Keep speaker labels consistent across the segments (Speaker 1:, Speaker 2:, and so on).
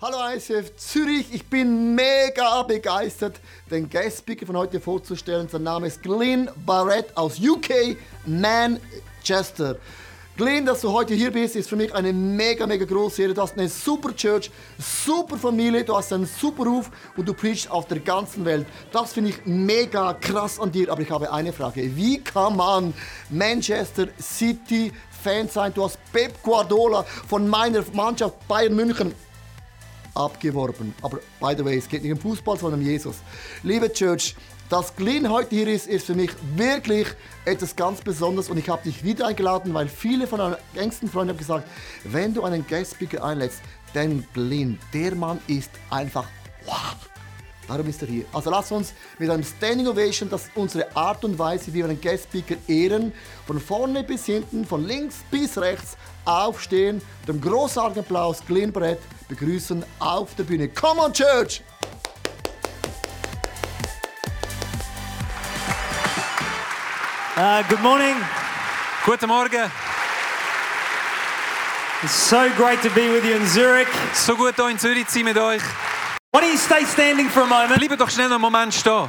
Speaker 1: Hallo ICF Zürich, ich bin mega begeistert, den Guest Speaker von heute vorzustellen. Sein Name ist Glyn Barrett aus UK, Manchester. Glyn, dass du heute hier bist, ist für mich eine mega, mega große Ehre. Du hast eine super Church, super Familie, du hast einen super Ruf und du preachst auf der ganzen Welt. Das finde ich mega krass an dir. Aber ich habe eine Frage. Wie kann man Manchester City Fan sein? Du hast Pep Guardiola von meiner Mannschaft Bayern München abgeworben. Aber by the way, es geht nicht um Fußball, sondern um Jesus. Liebe Church, dass Glyn heute hier ist, ist für mich wirklich etwas ganz Besonderes und ich habe dich wieder eingeladen, weil viele von meinen engsten Freunden haben gesagt, wenn du einen Guest Speaker einlädst, dann Glyn, der Mann ist einfach wow. Darum ist er hier. Also lass uns mit einem Standing Ovation, das ist unsere Art und Weise, wie wir einen Guest Speaker ehren, von vorne bis hinten, von links bis rechts aufstehen, mit einem großartigen Applaus Glyn Brett begrüßen auf der Bühne. Come on Church!
Speaker 2: Uh, good morning.
Speaker 3: Guten Morgen,
Speaker 2: It's so great to be with you in Zurich.
Speaker 3: so gut hier in Zürich zu sein mit euch.
Speaker 2: Why don't you stay standing for a moment?
Speaker 3: Bleibt doch schnell noch einen Moment stehen.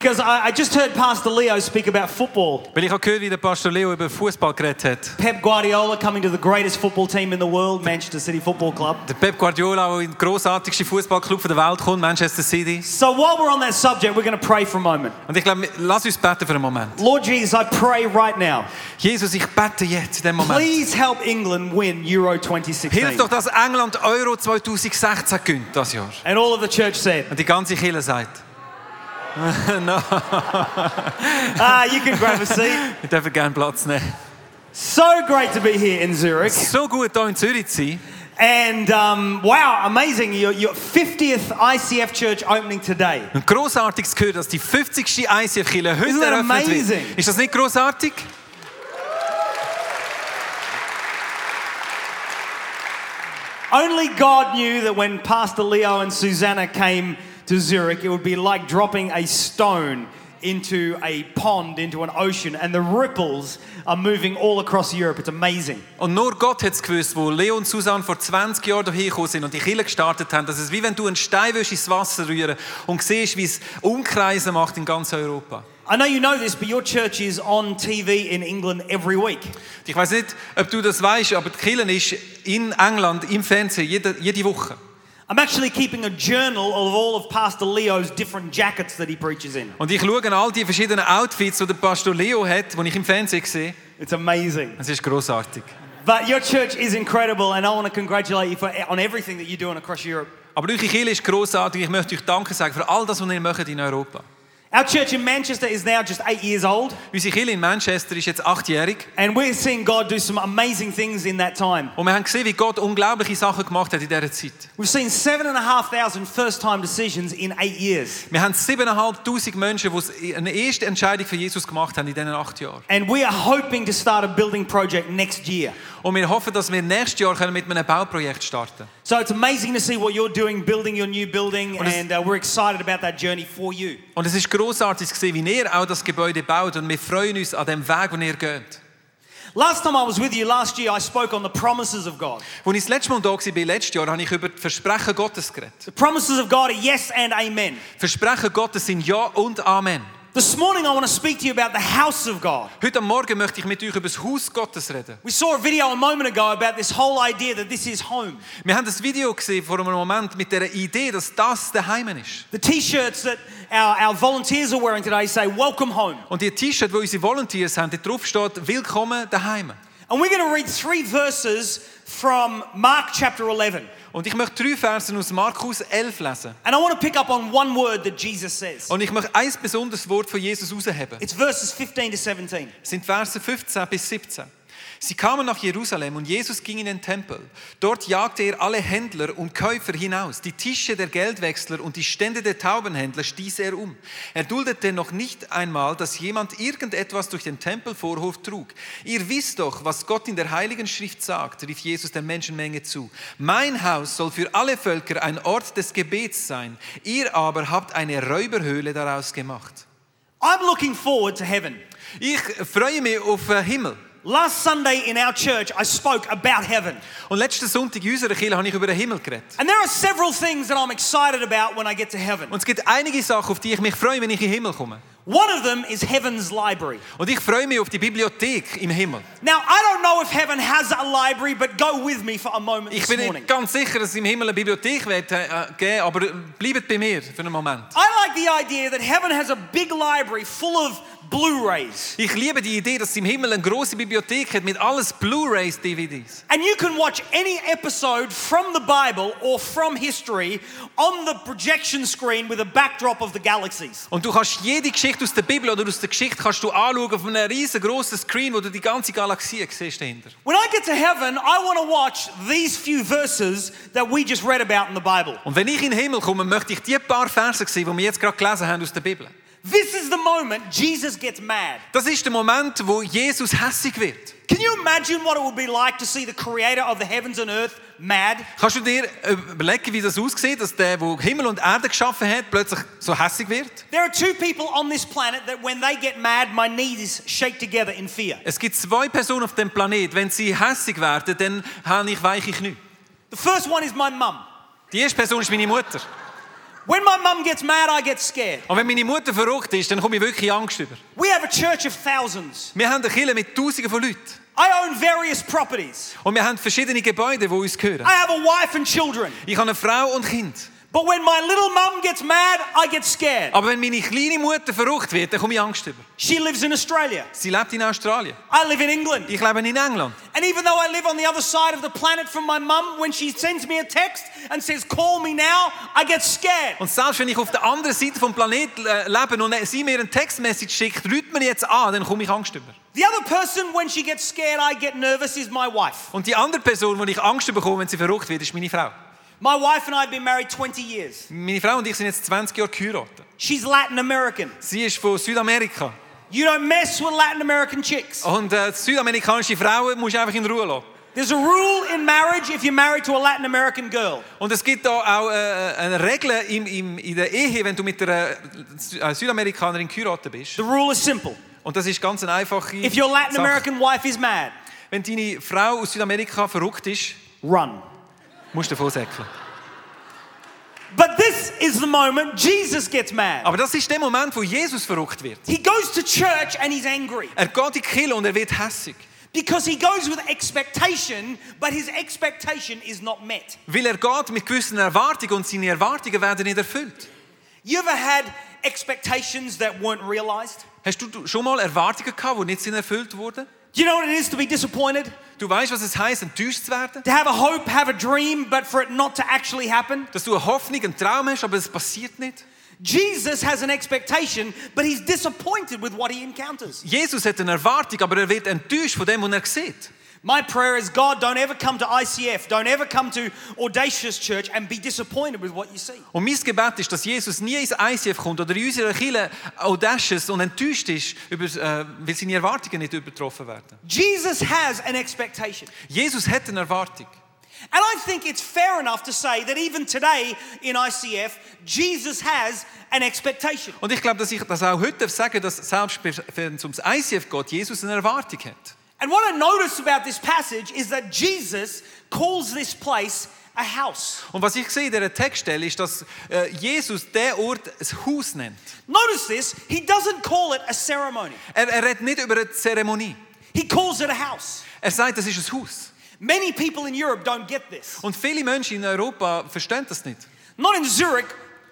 Speaker 2: Because I, I just heard Pastor Leo speak about football.
Speaker 3: Weil ich habe gehört, wie der Pastor Leo über Fußball geredet hat.
Speaker 2: Pep Guardiola coming to the greatest football team in the world, Manchester City Football Club.
Speaker 3: Der Pep Guardiola, der in den grossartigsten Fußballclub der Welt kommt, Manchester City.
Speaker 2: So while we're on that subject, we're going to pray for a moment.
Speaker 3: Und ich glaube, lass uns beten für einen Moment.
Speaker 2: Lord Jesus, I pray right now.
Speaker 3: Jesus, ich bete jetzt in dem Moment.
Speaker 2: Please help England win Euro
Speaker 3: Hilf
Speaker 2: 2016.
Speaker 3: doch, dass England Euro 2016 gewinnt, das Jahr.
Speaker 2: And all of the church said,
Speaker 3: Und die ganze Kirche sagt,
Speaker 2: ah, you can grab a seat.
Speaker 3: wir dürfen gerne Platz nehmen.
Speaker 2: So great to be here in Zurich.
Speaker 3: So gut hier in Zürich zu sein.
Speaker 2: And um, wow, amazing. Your, your 50th ICF church opening today.
Speaker 3: Und grossartig zu hören, dass die 50. ICF-Kirche
Speaker 2: Isn't
Speaker 3: heute
Speaker 2: that
Speaker 3: eröffnet
Speaker 2: amazing?
Speaker 3: wird. Ist das nicht grossartig?
Speaker 2: Only God knew that when Pastor Leo and Susanna came to Zurich, it would be like dropping a stone into a pond, into an ocean, and the ripples are moving all across Europe. It's amazing.
Speaker 3: Und nur Gott hat es gewusst, wo Leo und Susanne vor 20 Jahren hierher gekommen sind und die Kirche gestartet haben, dass es wie wenn du einen Stein willst, ins Wasser rühren und siehst, wie es Umkreise macht in ganz Europa.
Speaker 2: I know you know this, but your church is on TV in England every week.
Speaker 3: Ich weiß nicht, ob du das weißt, aber die Kirche ist in England im Fernsehen jede, jede Woche.
Speaker 2: I'm actually keeping a journal of all of Pastor Leo's different jackets that he preaches in.
Speaker 3: Und ich schaue an all die verschiedenen Outfits, die der Pastor Leo hat, die ich im Fernsehen sehe.
Speaker 2: It's amazing.
Speaker 3: Es ist großartig.
Speaker 2: But your church is incredible, and I want to congratulate you for, on everything that you're doing across Europe.
Speaker 3: Aber eure Kirche ist großartig. Ich möchte euch Danke sagen für all das, was ihr macht in Europa.
Speaker 2: Our church in Manchester is now just eight years old,
Speaker 3: Unsere Kirche in Manchester ist jetzt achtjährig.
Speaker 2: and we're seeing God do some amazing things in that time.
Speaker 3: Und wir haben gesehen, wie Gott unglaubliche Sachen gemacht hat in dieser Zeit.
Speaker 2: We've seen seven and a half thousand first time decisions in eight years,
Speaker 3: Wir haben 7'500 Menschen, die eine erste Entscheidung für Jesus gemacht haben in diesen acht Jahren.
Speaker 2: and we are hoping to start a building project next year.
Speaker 3: Und wir hoffen, dass wir nächstes Jahr können mit einem Bauprojekt starten
Speaker 2: So it's amazing to see what you're doing, building your new building,
Speaker 3: Und es-
Speaker 2: and uh, we're excited about that journey for you.
Speaker 3: können. Und es ist grossartig zu sehen, wie ihr auch das Gebäude baut. Und wir freuen uns an dem Weg, den ihr geht.
Speaker 2: Last time I was with you last year, I spoke on the promises of God.
Speaker 3: Als ich das letzte Mal da war, letztes Jahr, habe ich über die Versprechen Gottes geredet.
Speaker 2: The promises of God are yes and amen.
Speaker 3: Versprechen Gottes sind Ja und Amen.
Speaker 2: This morning, I want to speak to you about the house of God.
Speaker 3: Heute am Morgen möchte ich mit euch über das Haus Gottes reden.
Speaker 2: We saw a video a moment ago about this whole idea that this is home.
Speaker 3: Wir haben das Video gesehen vor einem Moment mit der Idee, dass das daheim ist.
Speaker 2: The t shirts that our, our volunteers are wearing today say, Welcome home.
Speaker 3: Und die T-Shirt, wo unsere Volunteers haben, dort drauf steht Willkommen daheim.
Speaker 2: And we're going to read three verses from Mark chapter 11.
Speaker 3: Und ich möchte drei Versen aus Markus 11 lesen.
Speaker 2: And I want to pick up on one word that Jesus says.
Speaker 3: Und ich möchte ein besonderes Wort von Jesus herausheben.
Speaker 2: It's verses 15 to 17.
Speaker 3: Es sind Verse 15 bis 17. Sie kamen nach Jerusalem und Jesus ging in den Tempel. Dort jagte er alle Händler und Käufer hinaus. Die Tische der Geldwechsler und die Stände der Taubenhändler stieß er um. Er duldete noch nicht einmal, dass jemand irgendetwas durch den Tempelvorhof trug. Ihr wisst doch, was Gott in der Heiligen Schrift sagt, rief Jesus der Menschenmenge zu. Mein Haus soll für alle Völker ein Ort des Gebets sein. Ihr aber habt eine Räuberhöhle daraus gemacht.
Speaker 2: I'm looking forward to heaven.
Speaker 3: Ich freue mich auf den Himmel.
Speaker 2: Last Sunday in our church, I spoke about heaven.
Speaker 3: Und letzten Sonntag in unserer Kirche habe ich über den Himmel geredet.
Speaker 2: And there are several things that I'm excited about when I get to heaven.
Speaker 3: Und es gibt einige Sachen, auf die ich mich freue, wenn ich in den Himmel komme.
Speaker 2: One of them is heaven's library.
Speaker 3: Und ich freue mich auf die Bibliothek im Himmel.
Speaker 2: Now, I don't know if heaven has a library, but go with me for a moment
Speaker 3: Ich
Speaker 2: this
Speaker 3: bin
Speaker 2: morning.
Speaker 3: nicht ganz sicher, dass es im Himmel eine Bibliothek wird, äh, geben aber bleibt bei mir für einen Moment.
Speaker 2: I like the idea that heaven has a big library full of Blu-rays.
Speaker 3: Ich liebe die Idee, dass es im Himmel eine große Bibliothek hat mit alles Blu-rays, DVDs.
Speaker 2: And you can watch any episode from the Bible or from history on the projection screen with a backdrop of the galaxies.
Speaker 3: Und du kannst jede Geschichte aus der Bibel oder aus der Geschichte kannst du anschauen auf einem riesengroßen Screen, wo du die ganze Galaxie siehst dahinter.
Speaker 2: When I get to heaven, I want to watch these few verses that we just read about in the Bible.
Speaker 3: Und wenn ich in den Himmel komme, möchte ich die paar Verse sehen, die wir jetzt gerade gelesen haben aus der Bibel.
Speaker 2: This is the moment Jesus gets mad.
Speaker 3: Das ist der Moment, wo Jesus hässig wird.
Speaker 2: Can you imagine what it would be like to see the creator of the heavens and earth mad?
Speaker 3: Kannst du dir überlegen, wie das aussieht, dass der, der Himmel und Erde geschaffen hat, plötzlich so hässig wird?
Speaker 2: There are two people on this planet that when they get mad, my knees shake together in fear.
Speaker 3: Es gibt zwei Personen auf dem Planet. Wenn sie hässig werden, dann habe ich weiche Knie.
Speaker 2: The first one is my mum.
Speaker 3: Die erste Person ist meine Mutter.
Speaker 2: When my mum gets mad, I get scared.
Speaker 3: Und wenn meine Mutter verrückt ist, dann komme ich wirklich Angst über.
Speaker 2: We have a church of thousands.
Speaker 3: Wir haben eine Kirche mit Tausenden von Leuten.
Speaker 2: I own various properties.
Speaker 3: Und wir haben verschiedene Gebäude, die uns gehören.
Speaker 2: I have a wife and children.
Speaker 3: Ich habe eine Frau und Kind.
Speaker 2: But when my little mum gets mad, I get scared.
Speaker 3: Aber wenn meine kleine Mutter verrückt wird, dann komme ich Angst über.
Speaker 2: She lives in Australia.
Speaker 3: Sie lebt in Australien.
Speaker 2: I live in England.
Speaker 3: Ich lebe in England.
Speaker 2: And even though I live on the other side of the planet from my mum, when she sends me a text and says, call me now, I get scared.
Speaker 3: Und selbst wenn ich auf der anderen Seite vom Planeten äh, lebe und sie mir einen Textmessage schickt, ruft mir jetzt an, dann komme ich Angst über.
Speaker 2: The other person, when she gets scared, I get nervous, is my wife.
Speaker 3: Und die andere Person, die ich Angst bekomme, wenn sie verrückt wird, ist meine Frau.
Speaker 2: My wife and I have been married 20 years.
Speaker 3: Meine Frau und ich sind jetzt 20 Jahre geheiratet.
Speaker 2: She's Latin American.
Speaker 3: Sie ist von Südamerika.
Speaker 2: You don't mess with Latin American chicks.
Speaker 3: Und äh, südamerikanische Frauen musst du einfach in Ruhe lassen.
Speaker 2: There's a rule in marriage if you're married to a Latin American girl.
Speaker 3: Und es gibt da auch äh, eine Regel im, im, in der Ehe, wenn du mit einer Sü- äh, Südamerikanerin geheiratet bist.
Speaker 2: The rule is simple.
Speaker 3: Und das ist ganz eine einfache
Speaker 2: If your Latin
Speaker 3: Sache.
Speaker 2: American wife is mad,
Speaker 3: Wenn deine Frau aus Südamerika verrückt ist,
Speaker 2: run.
Speaker 3: musst du davon säckeln.
Speaker 2: But this is the moment Jesus gets mad.
Speaker 3: Aber das ist der Moment, wo Jesus verrückt wird.
Speaker 2: He goes to church and he's angry
Speaker 3: Er geht in die Kirche und er wird hässig.
Speaker 2: because he goes with expectation, but his expectation is not met.
Speaker 3: Weil er geht mit gewissen Erwartungen und seine Erwartungen werden nicht erfüllt.
Speaker 2: You ever had expectations that weren't realized?
Speaker 3: Hast du- du schon mal Erwartungen gehabt, die nicht sind erfüllt wurden?
Speaker 2: Do you know what it is to be disappointed?
Speaker 3: Du weißt, was es heißt, enttäuscht zu werden?
Speaker 2: To have a hope, have a dream, but for it not to actually happen?
Speaker 3: Dass du eine Hoffnung, einen Traum hast, aber es passiert nicht?
Speaker 2: Jesus has an expectation, but he's disappointed with what he encounters.
Speaker 3: Jesus hat eine Erwartung, aber er wird enttäuscht von dem, was er sieht.
Speaker 2: My prayer is God, don't ever come to ICF, don't ever come to Audacious Church and be disappointed with what you see.
Speaker 3: Und mein Gebet ist, dass Jesus nie ins ICF kommt oder in unserer Kirche audacious und enttäuscht ist, über, äh, weil seine Erwartungen nicht übertroffen werden.
Speaker 2: Jesus has an expectation.
Speaker 3: Jesus hat eine Erwartung.
Speaker 2: And I think it's fair enough to say that even today in ICF, Jesus has an expectation.
Speaker 3: Und ich glaube, dass ich das auch heute sagen darf, dass selbst wenn es ums ICF geht, Jesus eine Erwartung hat.
Speaker 2: And what I notice about this passage is that Jesus calls this place a house.
Speaker 3: Und was ich sehe in dieser Textstelle ist, dass äh, Jesus den Ort ein Haus nennt.
Speaker 2: Notice this, he doesn't call it a ceremony.
Speaker 3: Er, er redet nicht über eine Zeremonie.
Speaker 2: He calls it a house.
Speaker 3: Er sagt, das ist ein Haus.
Speaker 2: Many people in Europe don't get this.
Speaker 3: Und viele Menschen in Europa verstehen das nicht.
Speaker 2: Not in Zurich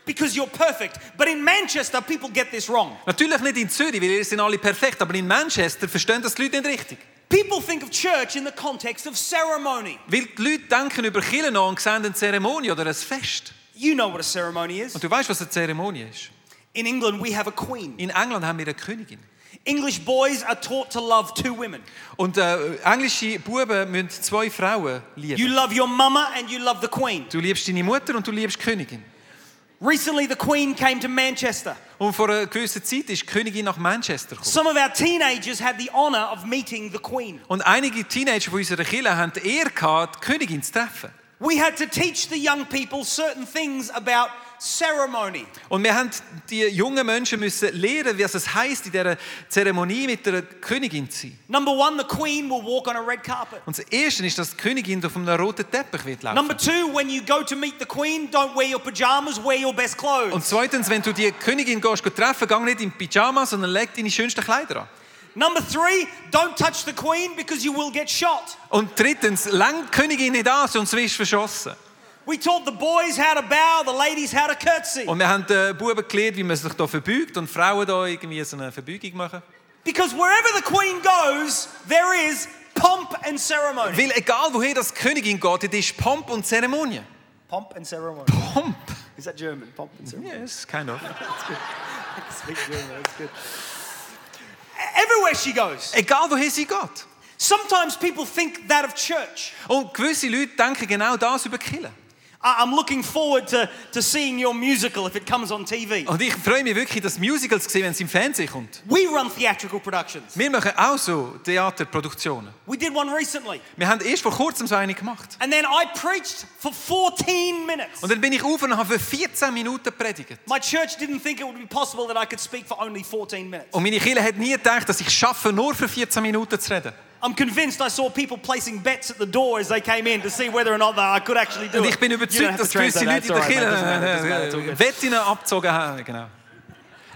Speaker 2: because you're perfect, but in Manchester people get this wrong.
Speaker 3: Natürlich nicht in Zürich, weil ihr sind alle perfekt, aber in Manchester verstehen das die Leute nicht richtig.
Speaker 2: People think of church in the context of ceremony.
Speaker 3: Weil die Leute denken über Kirche nach und sehen eine Zeremonie oder ein Fest.
Speaker 2: You know what a ceremony is.
Speaker 3: Und du weißt, was eine Zeremonie ist.
Speaker 2: In England, we have a queen.
Speaker 3: In England haben wir eine Königin.
Speaker 2: English boys are taught to love two women.
Speaker 3: Und äh, englische Buben müssen zwei Frauen lieben.
Speaker 2: You love your mama and you love the queen.
Speaker 3: Du liebst deine Mutter und du liebst die Königin.
Speaker 2: Recently, the queen came to Manchester.
Speaker 3: Und vor einer gewissen Zeit ist die Königin nach Manchester gekommen.
Speaker 2: Some of our teenagers had the honor of meeting the queen.
Speaker 3: Und einige Teenager von unserer Kirche haben die Ehre gehabt, die Königin zu treffen.
Speaker 2: We had to teach the young people certain things about ceremony.
Speaker 3: Und wir haben die jungen Menschen müssen lernen, wie es heißt, in dieser Zeremonie mit der Königin zu sein.
Speaker 2: Number one, the queen will walk on a red carpet.
Speaker 3: Und das Erste ist, dass die Königin auf einem roten Teppich wird laufen.
Speaker 2: Number two, when you go to meet the queen, don't wear your pajamas, wear your best clothes.
Speaker 3: Und zweitens, wenn du die Königin gehst, gehst treffen, geh nicht in Pyjama, sondern leg deine schönsten Kleider an.
Speaker 2: Number three, don't touch the queen because you will get shot.
Speaker 3: Und drittens, lang die Königin nicht an, sonst wirst du verschossen.
Speaker 2: We taught the boys how to bow, the ladies how to curtsy.
Speaker 3: Und wir haben den Buben gelernt, wie man sich da verbeugt und die Frauen da irgendwie so eine Verbeugung machen.
Speaker 2: Because wherever the queen goes, there is pomp and ceremony.
Speaker 3: Weil egal woher das die Königin geht, dort ist Pomp und Zeremonie.
Speaker 2: Pomp and ceremony.
Speaker 3: Pomp?
Speaker 2: Is that German? Pomp and ceremony.
Speaker 3: Yes, kind of.
Speaker 2: Speak German, that's good. E-, Everywhere she goes.
Speaker 3: Egal woher sie geht.
Speaker 2: Sometimes people think that of church.
Speaker 3: Und gewisse Leute denken genau das über Killen.
Speaker 2: I- I'm looking forward to, to seeing your musical if it comes on TV.
Speaker 3: Und ich freue mich wirklich, dass Musicals sehen, wenn es im Fernsehen kommt.
Speaker 2: We run theatrical productions.
Speaker 3: Wir machen auch so Theaterproduktionen.
Speaker 2: We did one recently.
Speaker 3: Wir haben erst vor kurzem so eine gemacht.
Speaker 2: And then I preached for 14 minutes.
Speaker 3: Und dann bin ich auf und habe für 14 Minuten predigt.
Speaker 2: My church didn't think it would be possible that I could speak for only 14 minutes.
Speaker 3: Und meine Kirche hat nie gedacht, dass ich es schaffe, nur für 14 Minuten zu reden.
Speaker 2: I'm convinced I saw people placing bets at the door as they came in to see whether or not that I could actually do
Speaker 3: Und
Speaker 2: it.
Speaker 3: ich bin
Speaker 2: You don't have
Speaker 3: überzeugt,
Speaker 2: to
Speaker 3: dass gewisse Leute
Speaker 2: translate
Speaker 3: in
Speaker 2: that,
Speaker 3: der
Speaker 2: it's all right, mate, doesn't matter, it's all
Speaker 3: Kirche
Speaker 2: good.
Speaker 3: äh, Wetten abgezogen haben. Genau.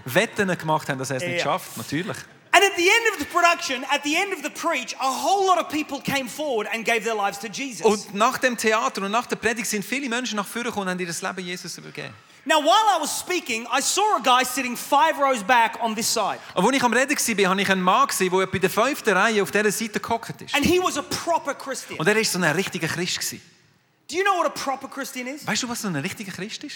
Speaker 3: Wetten gemacht haben, dass er es
Speaker 2: Ja,
Speaker 3: nicht
Speaker 2: ja.
Speaker 3: schafft, natürlich.
Speaker 2: And at the end of the production, at the end of the preach, a whole lot of people came forward and gave their lives to Jesus.
Speaker 3: Und nach dem Theater und nach der Predigt sind viele Menschen nach vorne gekommen und haben ihr das Leben Jesus übergeben.
Speaker 2: Now, while I was speaking, I saw a guy sitting five rows back on this side.
Speaker 3: Und als ich am Reden war, habe ich einen Mann gesehen, der bei der fünften Reihe auf dieser Seite gehockt ist.
Speaker 2: And he was a proper Christian.
Speaker 3: Und er war so ein richtiger Christ. Gewesen.
Speaker 2: Do you know what a proper Christian is?
Speaker 3: Weißt du, was so ein richtiger Christ ist?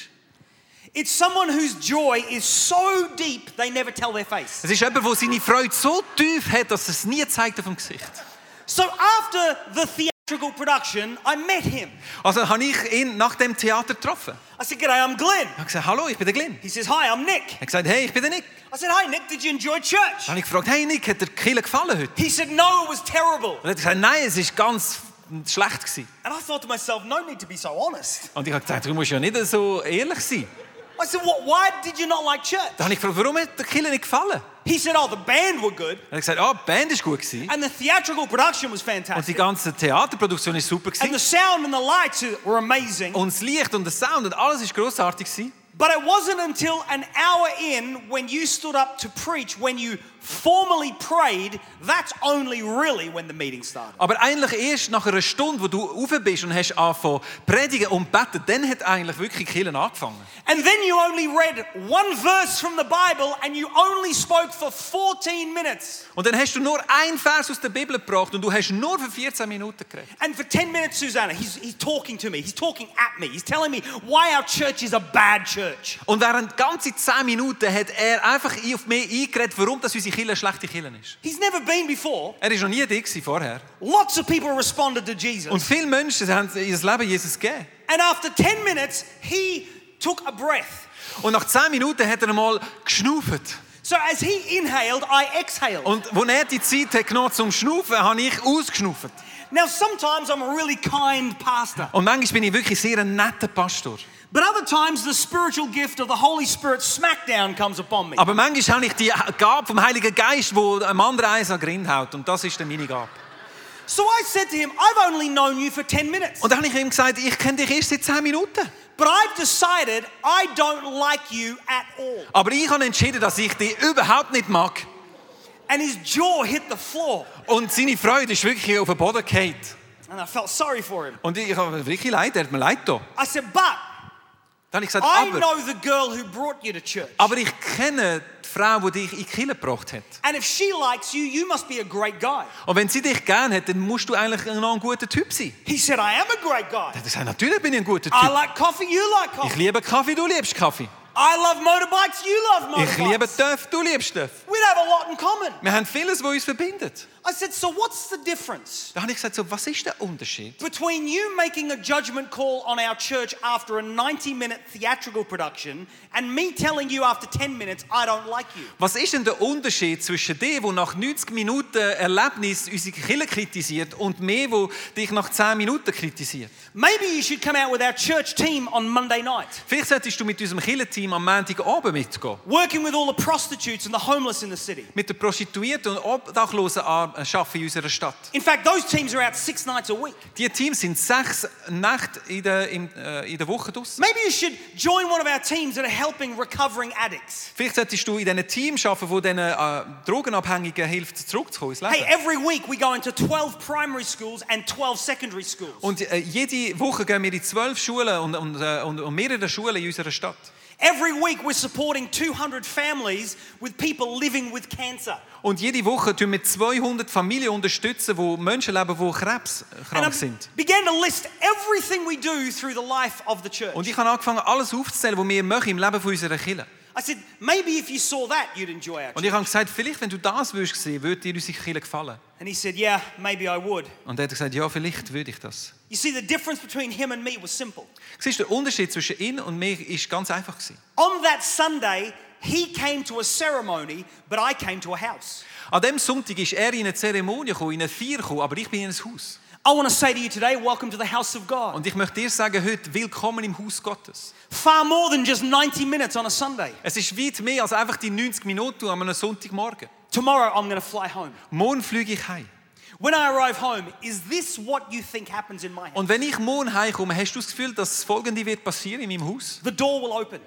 Speaker 2: It's someone whose joy is so deep they never tell their face.
Speaker 3: Es ist jemand, der seine Freude so tief hat, dass er es nie zeigt auf dem Gesicht.
Speaker 2: So after the theatrical production, I met him.
Speaker 3: Also habe ich ihn nach dem Theater getroffen.
Speaker 2: I said, G'day, I'm Glenn.
Speaker 3: Ich habe gesagt, hallo, ich bin der Glenn.
Speaker 2: He says, Hi, I'm Nick.
Speaker 3: Er hat gesagt, hey, ich bin der Nick.
Speaker 2: I said, Hi, Nick, did you enjoy church?
Speaker 3: Dann habe ich gefragt, hey Nick, hat dir die Kirche gefallen heute?
Speaker 2: He said, No, it was terrible.
Speaker 3: Und er hat gesagt, nein, es ist ganz schlecht gewesen.
Speaker 2: And I thought to myself, No need to be so honest.
Speaker 3: Und ich habe gesagt, du musst ja nicht so ehrlich sein.
Speaker 2: I said, what, Why did you not like church?
Speaker 3: Dann habe ich gefragt, warum hat die Kirche nicht gefallen?
Speaker 2: He said, Oh, the band were good,
Speaker 3: Er hat gesagt, ah, die Band ist gut gewesen.
Speaker 2: and the theatrical production was
Speaker 3: Und die
Speaker 2: fantastic,
Speaker 3: ganze Theaterproduktion ist super
Speaker 2: and the
Speaker 3: gewesen.
Speaker 2: sound and the lights were amazing.
Speaker 3: Und das Licht und der Sound und alles ist großartig gewesen.
Speaker 2: But it wasn't until an hour in when you stood up to preach, when you formally prayed, that's only really when the meeting started.
Speaker 3: Aber eigentlich erst nach einer Stunde, wo du rauf bist und hast angefangen zu predigen und zu beten, dann hat eigentlich wirklich die Kirche angefangen.
Speaker 2: And then you only read one verse from the Bible and you only spoke for 14 minutes.
Speaker 3: Und dann hast du nur einen Vers aus der Bibel gebracht und du hast nur für 14 Minuten geredet.
Speaker 2: And for 10 minutes, Susanna, he's, he's talking to me, he's talking at me, he's telling me why our church is a bad church.
Speaker 3: Und während ganze 10 Minuten hat er einfach ein- auf mich eingeredet, warum das unsere Kirche eine schlechte Kirche ist.
Speaker 2: He's never been before.
Speaker 3: Er war noch nie da gewesen vorher.
Speaker 2: Lots of people responded to
Speaker 3: Und
Speaker 2: Jesus.
Speaker 3: viele Menschen haben ihr Leben Jesus gegeben.
Speaker 2: And after 10 minutes, he took a breath.
Speaker 3: Und nach 10 Minuten hat er einmal geschnauft.
Speaker 2: So as he inhaled, I exhaled.
Speaker 3: Und als er die Zeit hat genommen zum Schnaufen, habe ich ausgeschnauft.
Speaker 2: Now, sometimes I'm a really kind pastor,
Speaker 3: Und manchmal bin ich wirklich sehr ein netter Pastor.
Speaker 2: but other times the spiritual gift of the Holy Spirit smackdown comes upon me.
Speaker 3: Aber manchmal habe ich die Gabe vom Heiligen Geist, wo einem anderen eins an den Grind haut. Und das ist dann meine Gabe.
Speaker 2: So I said to him, I've only known you for 10 minutes,
Speaker 3: Und dann habe ich ihm gesagt, ich kenne dich erst seit 10 Minuten.
Speaker 2: but I've decided I don't like you at all.
Speaker 3: Aber ich habe entschieden, dass ich dich überhaupt nicht mag.
Speaker 2: And his jaw hit the floor,
Speaker 3: Und seine Freude ist wirklich auf den Boden gefallen.
Speaker 2: and I felt sorry for him.
Speaker 3: Und ich habe wirklich leid, er hat mir leid getan.
Speaker 2: I said, But
Speaker 3: Dann habe ich gesagt,
Speaker 2: I
Speaker 3: aber,
Speaker 2: know the girl who brought you to church.
Speaker 3: aber ich kenne die Frau, die dich in die Kirche gebracht hat.
Speaker 2: And if she likes you, you must be a great guy.
Speaker 3: Und wenn sie dich gerne hat, dann musst du eigentlich noch ein guter Typ sein.
Speaker 2: He said, I am a great
Speaker 3: Er
Speaker 2: guy.
Speaker 3: hat gesagt, natürlich bin ich ein guter
Speaker 2: I
Speaker 3: Typ.
Speaker 2: like coffee, you like
Speaker 3: Ich
Speaker 2: coffee.
Speaker 3: liebe Kaffee, du liebst Kaffee.
Speaker 2: I love motorbikes, you love
Speaker 3: Ich liebe
Speaker 2: motorbikes.
Speaker 3: Töff, du liebst Töff.
Speaker 2: We'd have a lot in common.
Speaker 3: Wir haben vieles, was uns verbindet.
Speaker 2: I said, so what's the difference
Speaker 3: Da habe ich gesagt, so, was ist der Unterschied
Speaker 2: between you making a judgment call on our church after a 90 minute theatrical production and me telling you after 10 minutes, I don't like you?
Speaker 3: Was ist denn der Unterschied zwischen dir, wo nach 90 Minuten Erlebnis unsere Kirche kritisiert und mir, wo dich nach 10 Minuten kritisiert?
Speaker 2: Maybe you should come out with our church team on Monday night,
Speaker 3: Vielleicht solltest du mit unserem Kirchenteam am Montagabend mitgehen.
Speaker 2: working with all the prostitutes and the homeless in the city.
Speaker 3: Mit den Prostituierten und Obdachlosen ar- äh, arbeiten in unserer Stadt.
Speaker 2: In fact, those teams are out six nights a week.
Speaker 3: Die Teams sind sechs Nächte in der, im, äh, in der Woche draussen.
Speaker 2: Maybe you should join one of our teams that are helping recovering addicts.
Speaker 3: Vielleicht solltest du in diesen Team arbeiten, wo diesen äh, Drogenabhängigen hilft, zurückzukommen ins Leben.
Speaker 2: Hey, every week we go into 12 primary schools and 12 secondary schools.
Speaker 3: Und äh, jede Woche gehen wir in zwölf Schulen und, und, äh, und, und mehrere Schulen in unserer Stadt.
Speaker 2: Every week we're supporting 200 families with people living with cancer.
Speaker 3: Und jede Woche tun wir 200 Familien unterstützen, wo Menschen leben, die Krebs äh,
Speaker 2: And I
Speaker 3: krank sind.
Speaker 2: began to list everything we do through the life of the
Speaker 3: Und
Speaker 2: church.
Speaker 3: ich habe angefangen, alles aufzuzählen, was wir machen im Leben von unserer Kirche.
Speaker 2: I said, maybe if you saw that, you'd enjoy our
Speaker 3: Und
Speaker 2: church.
Speaker 3: ich habe gesagt, vielleicht, wenn du das würdest sehen, würde dir unsere Kirche gefallen.
Speaker 2: And he said, yeah, maybe I would.
Speaker 3: Und er hat gesagt, ja, vielleicht würde ich das.
Speaker 2: You see, the difference between him and me was simple.
Speaker 3: Siehst du, der Unterschied zwischen ihm und mir ist ganz einfach gewesen.
Speaker 2: On that Sunday, he came to a ceremony, but I came to a house.
Speaker 3: An dem Sonntag ist er in eine Zeremonie gekommen, in eine Feier gekommen, aber ich bin in ein Haus.
Speaker 2: I want to say to you today, welcome to the house of God.
Speaker 3: Und ich möchte dir sagen heute, willkommen im Haus Gottes.
Speaker 2: Far more than just 90 minutes on a Sunday.
Speaker 3: Es ist weit mehr als einfach die 90 Minuten an einem Sonntagmorgen.
Speaker 2: Tomorrow, I'm going to fly home.
Speaker 3: Morgen fliege ich heim.
Speaker 2: When I arrive home, is this what you think happens in my house?
Speaker 3: Und wenn ich morgen heimkomme, hast du das Gefühl, dass das Folgende wird passieren in meinem Haus?
Speaker 2: The door will open.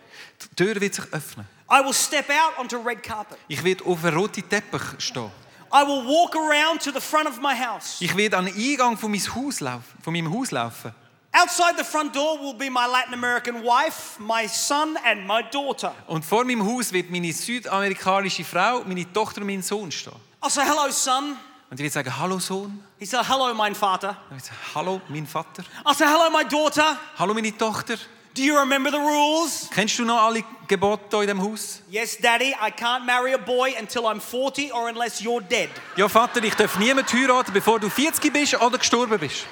Speaker 3: Die Tür wird sich öffnen.
Speaker 2: I will step out onto red carpet.
Speaker 3: Ich werde auf einem roten Teppich stehen.
Speaker 2: I will walk around to the front of my house.
Speaker 3: Ich werde an den Eingang von meinem Haus laufen. Von meinem Haus laufen.
Speaker 2: Outside the front door will be my Latin American wife, my son, and my daughter.
Speaker 3: Und vor meinem Haus wird meine südamerikanische Frau, meine Tochter und mein Sohn stehen.
Speaker 2: I'll say, hello, son.
Speaker 3: Und ich werde sagen, hallo Sohn.
Speaker 2: He said, hello, mein Vater.
Speaker 3: Ich werde sagen, hallo mein Vater.
Speaker 2: I'll say, hello, my daughter.
Speaker 3: Hallo meine Tochter.
Speaker 2: Do you remember the rules?
Speaker 3: Kennst du noch alle Gebote in diesem Haus?
Speaker 2: Yes, daddy, I can't marry a boy until I'm 40 or unless you're dead.
Speaker 3: Ja Vater, ich darf niemanden heiraten, bevor du 40 bist oder gestorben bist.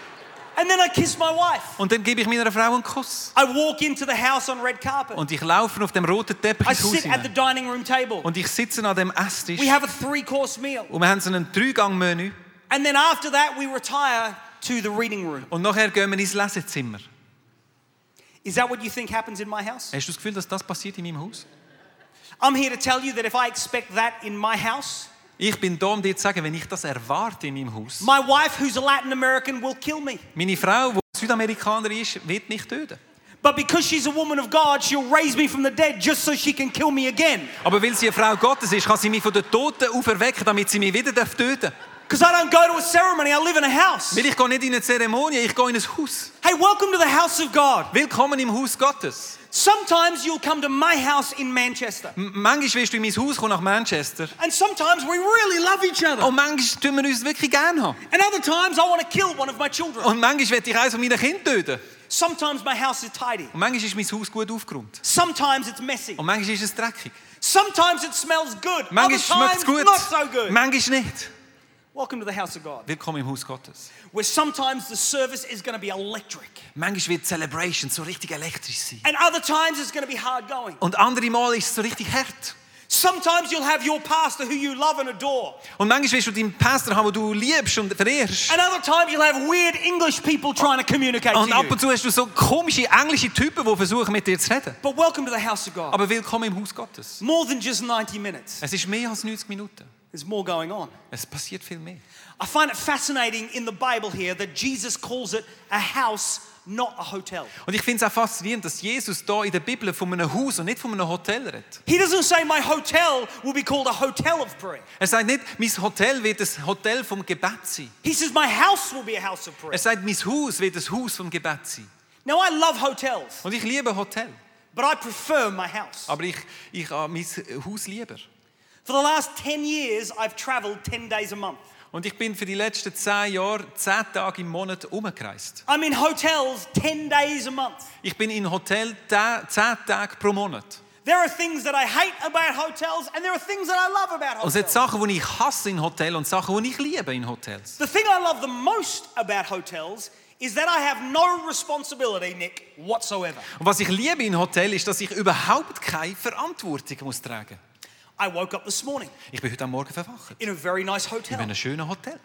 Speaker 2: And then I kiss my wife.
Speaker 3: Und dann gebe ich meiner Frau einen Kuss.
Speaker 2: I walk into the house on red carpet.
Speaker 3: Und ich laufe auf dem roten Teppich
Speaker 2: I
Speaker 3: ins Haus
Speaker 2: sit at the
Speaker 3: hinein.
Speaker 2: dining room table.
Speaker 3: Und ich sitze an dem Esstisch.
Speaker 2: We have a three course meal.
Speaker 3: Und wir haben so ein Dreigang-Menü.
Speaker 2: And then after that, we retire to the reading room.
Speaker 3: Und nachher gehen wir ins Lesezimmer.
Speaker 2: Is that what you think happens in my house?
Speaker 3: Hast du das Gefühl, dass das passiert in meinem Haus?
Speaker 2: I'm here to tell you that if I expect that in my house,
Speaker 3: Ich bin da, um dir zu sagen, wenn ich das erwarte in meinem Haus,
Speaker 2: my wife, who's a Latin American, will kill me.
Speaker 3: meine Frau, die Südamerikanerin ist, wird mich töten.
Speaker 2: But because she's a woman of God, she'll raise me from the dead just so she can kill me again.
Speaker 3: Aber weil sie eine Frau Gottes ist, kann sie mich von den Toten auferwecken, damit sie mich wieder darf töten darf.
Speaker 2: Because I don't go to a ceremony, I live in a house.
Speaker 3: Weil ich gehe nicht in eine Zeremonie, ich gehe in ein Haus.
Speaker 2: Hey, welcome to the house of God.
Speaker 3: Willkommen im Haus Gottes.
Speaker 2: Sometimes you'll come to my house in Manchester.
Speaker 3: M manchmal wirst du in mein Haus kommen nach Manchester.
Speaker 2: And sometimes we really love each other.
Speaker 3: Und manchmal tun wir uns wirklich gerne haben.
Speaker 2: And other times I want to kill one of my children.
Speaker 3: Und manchmal werde ich eines von meinen Kindern töten.
Speaker 2: Sometimes my house is tidy.
Speaker 3: Und manchmal ist mein Haus gut aufgeräumt.
Speaker 2: Sometimes it's messy.
Speaker 3: Und manchmal ist es dreckig.
Speaker 2: Sometimes it smells good.
Speaker 3: Manchmal
Speaker 2: Other times
Speaker 3: schmeckt es gut,
Speaker 2: not so good.
Speaker 3: manchmal nicht.
Speaker 2: Welcome to the house of God,
Speaker 3: Willkommen im Haus Gottes.
Speaker 2: where sometimes the service is going to be electric,
Speaker 3: Manchmal wird die Celebration so richtig elektrisch sein.
Speaker 2: and other times it's going to be hard going.
Speaker 3: Und andere Mal ist es so richtig hart.
Speaker 2: Sometimes you'll have your pastor who you love and adore,
Speaker 3: Und manchmal wirst du deinen Pastor haben, den du liebst und verehrst.
Speaker 2: and other times you'll have weird English people trying to communicate
Speaker 3: Und
Speaker 2: to
Speaker 3: ab
Speaker 2: you.
Speaker 3: und zu hast du so komische englische Typen, die versuchen, mit dir zu reden.
Speaker 2: But welcome to the house of God.
Speaker 3: Aber willkommen im Haus Gottes.
Speaker 2: More than just 90 minutes,
Speaker 3: Es ist mehr als 90 Minuten.
Speaker 2: there's more going on.
Speaker 3: Es passiert viel mehr.
Speaker 2: I find it fascinating in the Bible here that Jesus calls it a house, not a hotel.
Speaker 3: Und ich finde es auch faszinierend, dass Jesus da in der Bibel von einem Haus und nicht von einem Hotel redet.
Speaker 2: He doesn't say my hotel will be called a hotel of prayer.
Speaker 3: Er sagt nicht, mein Hotel wird das Hotel vom Gebet sein.
Speaker 2: He says, My house will be a house of prayer.
Speaker 3: Er sagt, mein Haus wird das Haus vom Gebet sein.
Speaker 2: Now, I love hotels,
Speaker 3: Und ich liebe Hotel.
Speaker 2: but I prefer my house.
Speaker 3: Aber ich, ich habe mein Haus lieber.
Speaker 2: For the last 10 years, I've traveled 10 days a month.
Speaker 3: Und ich bin für die letzten zehn Jahre zehn Tage im Monat umgereist.
Speaker 2: I'm in hotels 10 days a month.
Speaker 3: Ich bin in Hotel te- zehn Tage pro Monat.
Speaker 2: There are things that I hate about hotels, and there are things that I love about
Speaker 3: Und es gibt
Speaker 2: hotels.
Speaker 3: Also Sachen, die ich hasse in Hotels und Sachen, die ich liebe in Hotels.
Speaker 2: The thing I love the most about hotels is that I have no responsibility, Nick, whatsoever.
Speaker 3: Und was ich liebe in Hotels ist, dass ich überhaupt keine Verantwortung muss tragen muss.
Speaker 2: I woke up this morning
Speaker 3: Ich bin heute am Morgen verwacht.
Speaker 2: in a very nice
Speaker 3: Ich bin in
Speaker 2: hotel.
Speaker 3: einem schönen Hotel.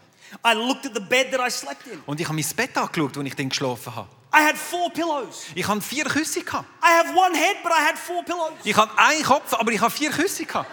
Speaker 2: I looked at the bed that I slept in.
Speaker 3: Und ich habe mein Bett angeschaut, wo ich dann geschlafen habe.
Speaker 2: I had four pillows.
Speaker 3: Ich habe vier Küsse. Gehabt.
Speaker 2: I have one head, but I had four pillows.
Speaker 3: Ich habe einen Kopf, aber ich habe vier Küsse. Gehabt.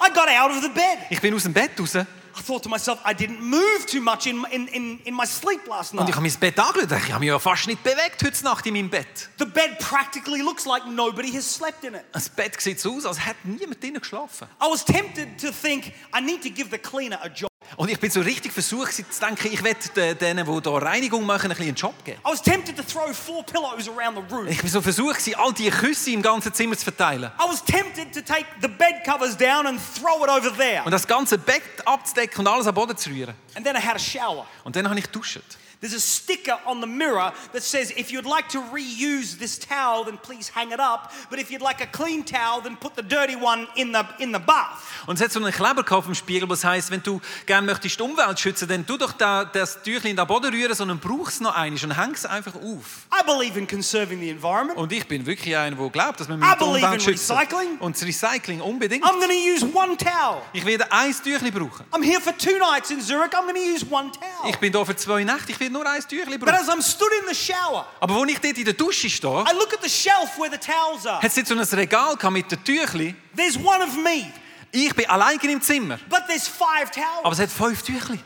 Speaker 2: I got out of the bed.
Speaker 3: Ich bin aus dem Bett raus und
Speaker 2: I thought to myself, I didn't move too much in, in, in, in my sleep last night.
Speaker 3: ich habe mein Bett angeschaut. Ich habe mich ja fast nicht bewegt heute Nacht in meinem Bett.
Speaker 2: The bed practically looks like nobody has slept in it.
Speaker 3: Das Bett sieht so aus, als hätte niemand drinnen geschlafen.
Speaker 2: I was tempted to think, I need to give the cleaner a job.
Speaker 3: Und ich bin so richtig versucht zu denken, ich werde de- denen, die hier Reinigung machen, ein bisschen einen Job geben.
Speaker 2: I was tempted to throw four pillows around the room.
Speaker 3: Ich bin so versucht, all die Küsse im ganzen Zimmer zu verteilen.
Speaker 2: I was tempted to take the bed covers down and throw it over there.
Speaker 3: Und das ganze Bett abzudecken und alles am Boden zu rühren.
Speaker 2: And then I had a shower.
Speaker 3: Und dann habe ich geduscht.
Speaker 2: There's a sticker on the mirror that says, if you'd like to reuse this towel, then please hang it up. But if you'd like a clean towel, then put the dirty one in the, in the bath.
Speaker 3: Und es hat so einen Kleber gehabt auf dem Spiegel, was heisst, wenn du gerne möchtest die Umwelt schützen, dann tu doch da, das Tüchlein in den Boden rühren, sondern brauchst es noch eines und hängst es einfach auf.
Speaker 2: I believe in conserving the environment.
Speaker 3: Und ich bin wirklich einer, der glaubt, dass man
Speaker 2: I
Speaker 3: mit der
Speaker 2: believe in
Speaker 3: Umwelt schützt.
Speaker 2: recycling. Oh.
Speaker 3: Und das Recycling unbedingt.
Speaker 2: I'm going to use one towel.
Speaker 3: Ich werde ein Tüchlein brauchen.
Speaker 2: I'm here for two nights in Zurich. I'm going to use one towel.
Speaker 3: Ich bin hier für zwei Nächte, ich werde nur ein Tüchlein
Speaker 2: But
Speaker 3: brauchen.
Speaker 2: as I'm stood in the shower,
Speaker 3: Aber als ich dort in der Dusche stehe,
Speaker 2: I look at the shelf where the towels are.
Speaker 3: hat es dort so ein Regal gehabt mit den Tüchlein.
Speaker 2: There's one of me,
Speaker 3: Ich bin allein im Zimmer,
Speaker 2: but there's five
Speaker 3: aber
Speaker 2: towels.
Speaker 3: es hat fünf Tüchlein.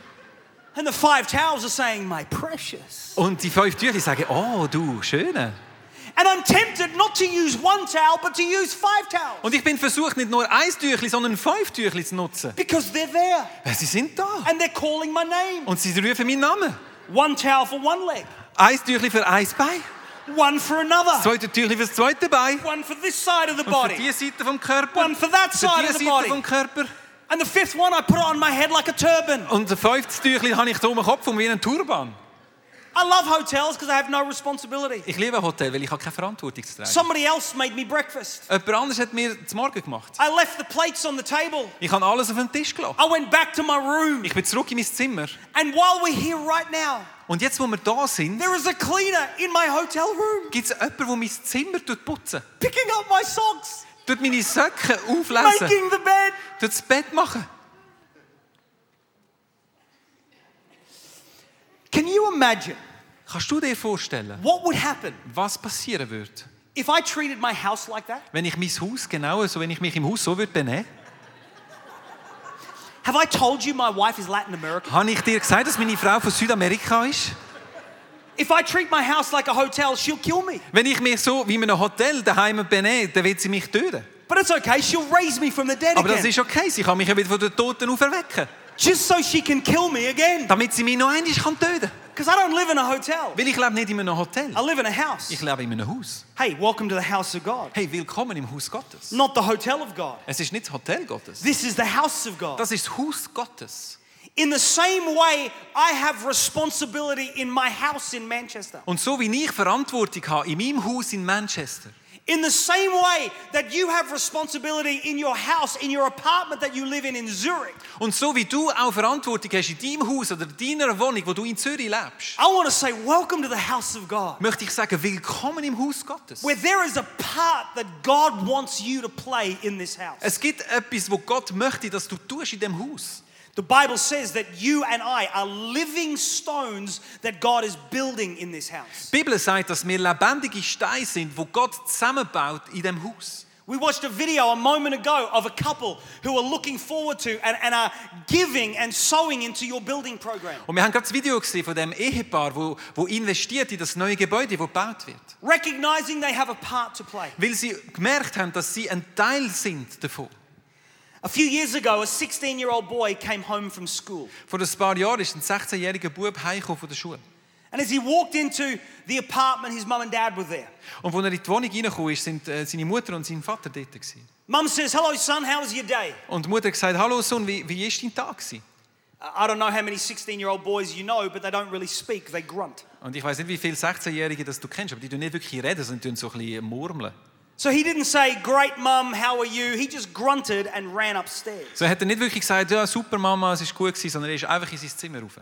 Speaker 2: And the five towels are saying, My precious.
Speaker 3: Und die fünf Tüchlein sagen, oh du, schöne.
Speaker 2: And I'm tempted not to use one towel, but to use five towels
Speaker 3: Und ich bin versucht, nicht nur ein Tüchli, sondern fünf Tüchli zu nutzen.
Speaker 2: because they're there
Speaker 3: Weil Sie sind da.
Speaker 2: and they're calling my name.
Speaker 3: Und sie rufen meinen Namen.
Speaker 2: One towel for one leg,
Speaker 3: Ein Tüchli für ein Bein,
Speaker 2: one for
Speaker 3: das
Speaker 2: another,
Speaker 3: zweite Tüchli für das zweite Bein.
Speaker 2: one for this side of the
Speaker 3: Und für
Speaker 2: body,
Speaker 3: diese Seite vom Körper.
Speaker 2: one for that
Speaker 3: Für
Speaker 2: side of
Speaker 3: diese
Speaker 2: the
Speaker 3: Seite
Speaker 2: body.
Speaker 3: vom Körper.
Speaker 2: And the fifth one, I put it on my head like a turban.
Speaker 3: Und ein fünftes Tüchli habe ich so um den Kopf und wie einen Turban.
Speaker 2: I love hotels because I have no responsibility.
Speaker 3: Ich liebe ein Hotel, weil ich habe keine Verantwortung zu tragen.
Speaker 2: Somebody else made me breakfast.
Speaker 3: Jemand anderes hat mir zum Morgen gemacht.
Speaker 2: I left the plates on the table.
Speaker 3: Ich habe alles auf den Tisch gelassen.
Speaker 2: I went back to my room.
Speaker 3: Ich bin zurück in mein Zimmer.
Speaker 2: And while we're here right now,
Speaker 3: Und jetzt, wo wir da sind,
Speaker 2: there is a cleaner in my hotel room
Speaker 3: gibt es jemanden, der mein Zimmer putzen
Speaker 2: picking up my socks,
Speaker 3: tut. meine Socken auflesen.
Speaker 2: making the bed.
Speaker 3: Tut das Bett machen.
Speaker 2: Can you imagine
Speaker 3: Kannst du dir vorstellen,
Speaker 2: what would happen
Speaker 3: was passieren würde,
Speaker 2: if I treated my house like that?
Speaker 3: wenn ich mein Haus genau so, wenn ich mich im Haus so würde benehmen?
Speaker 2: Have I told you my wife is Latin American?
Speaker 3: Habe ich dir gesagt, dass meine Frau von Südamerika ist?
Speaker 2: If I treat my house like a hotel, she'll kill me.
Speaker 3: Wenn ich mich so wie in einem Hotel daheim benehme, dann wird sie mich töten.
Speaker 2: But it's okay, she'll raise me from the dead
Speaker 3: Aber das
Speaker 2: again.
Speaker 3: ist okay, sie kann mich ja wieder von den Toten auferwecken.
Speaker 2: Just so she can kill me again.
Speaker 3: Damit sie mich noch einmal kann töten kann.
Speaker 2: Because I don't live in a hotel,
Speaker 3: Weil ich lebe nicht in einem Hotel.
Speaker 2: I live in a house.
Speaker 3: Ich lebe in einem Haus.
Speaker 2: Hey, welcome to the house of God.
Speaker 3: Hey, willkommen im Haus Gottes.
Speaker 2: Not the hotel of God.
Speaker 3: Es ist nicht das Hotel Gottes.
Speaker 2: This is the house of God.
Speaker 3: Das ist das Haus Gottes.
Speaker 2: In the same way, I have responsibility in my house in Manchester.
Speaker 3: Und so wie ich Verantwortung habe in meinem Haus in Manchester,
Speaker 2: In the same way that you have responsibility in your house, in your apartment that you live in in Zurich,
Speaker 3: Und so wie du auch Verantwortung hast in deinem Haus oder deiner Wohnung, wo du in Zürich lebst,
Speaker 2: I want to say, Welcome to the house of God,
Speaker 3: möchte ich sagen, willkommen im Haus Gottes.
Speaker 2: where there is a part that God wants you to play in this house.
Speaker 3: Es gibt etwas, wo Gott möchte, dass du tust in dem Haus.
Speaker 2: The Bible says that you and I are living stones that God is building in this house.
Speaker 3: Die Bibel sagt, dass wir lebendige Steine sind, wo Gott zusammenbaut in dem Haus.
Speaker 2: We watched a video a moment ago of a couple who are looking forward to and, and are giving and sowing into your building program.
Speaker 3: Und wir haben gerade das Video gesehen von dem Ehepaar, wo, wo investiert in das neue Gebäude, wo gebaut wird,
Speaker 2: recognizing they have a part to play.
Speaker 3: weil sie gemerkt haben, dass sie ein Teil sind davon.
Speaker 2: A few years ago, a 16 year old boy came home from school.
Speaker 3: Vor ein paar Jahren ist ein 16-jähriger Bub heimgekommen von der Schule.
Speaker 2: And as he walked into the apartment, his mum and dad were there.
Speaker 3: Und als er in die Wohnung reingekommen ist, sind äh, seine Mutter und sein Vater dort. Gewesen.
Speaker 2: Mum says, Hello, son, how was your day?
Speaker 3: Und die Mutter hat gesagt, hallo Sohn, wie, wie ist dein Tag gewesen?
Speaker 2: I I don't know how many 16 year old boys you know, but they don't really speak, they grunt.
Speaker 3: Und ich weiß nicht, wie viele 16-Jährige das du kennst, aber die tun nicht wirklich reden, sondern tun so ein bisschen murmeln.
Speaker 2: So he didn't say, Great mum, how are you? He just grunted and ran upstairs.
Speaker 3: So er hat er nicht wirklich gesagt, ja, super Mama, es ist gut gewesen, sondern er ist einfach in sein Zimmer rauf.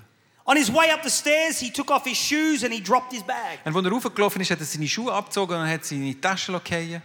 Speaker 2: On his way up the stairs, he took off his shoes and he dropped his bag.
Speaker 3: Und als er raufgelaufen ist, hat er seine Schuhe abgezogen und hat seine Taschen fallen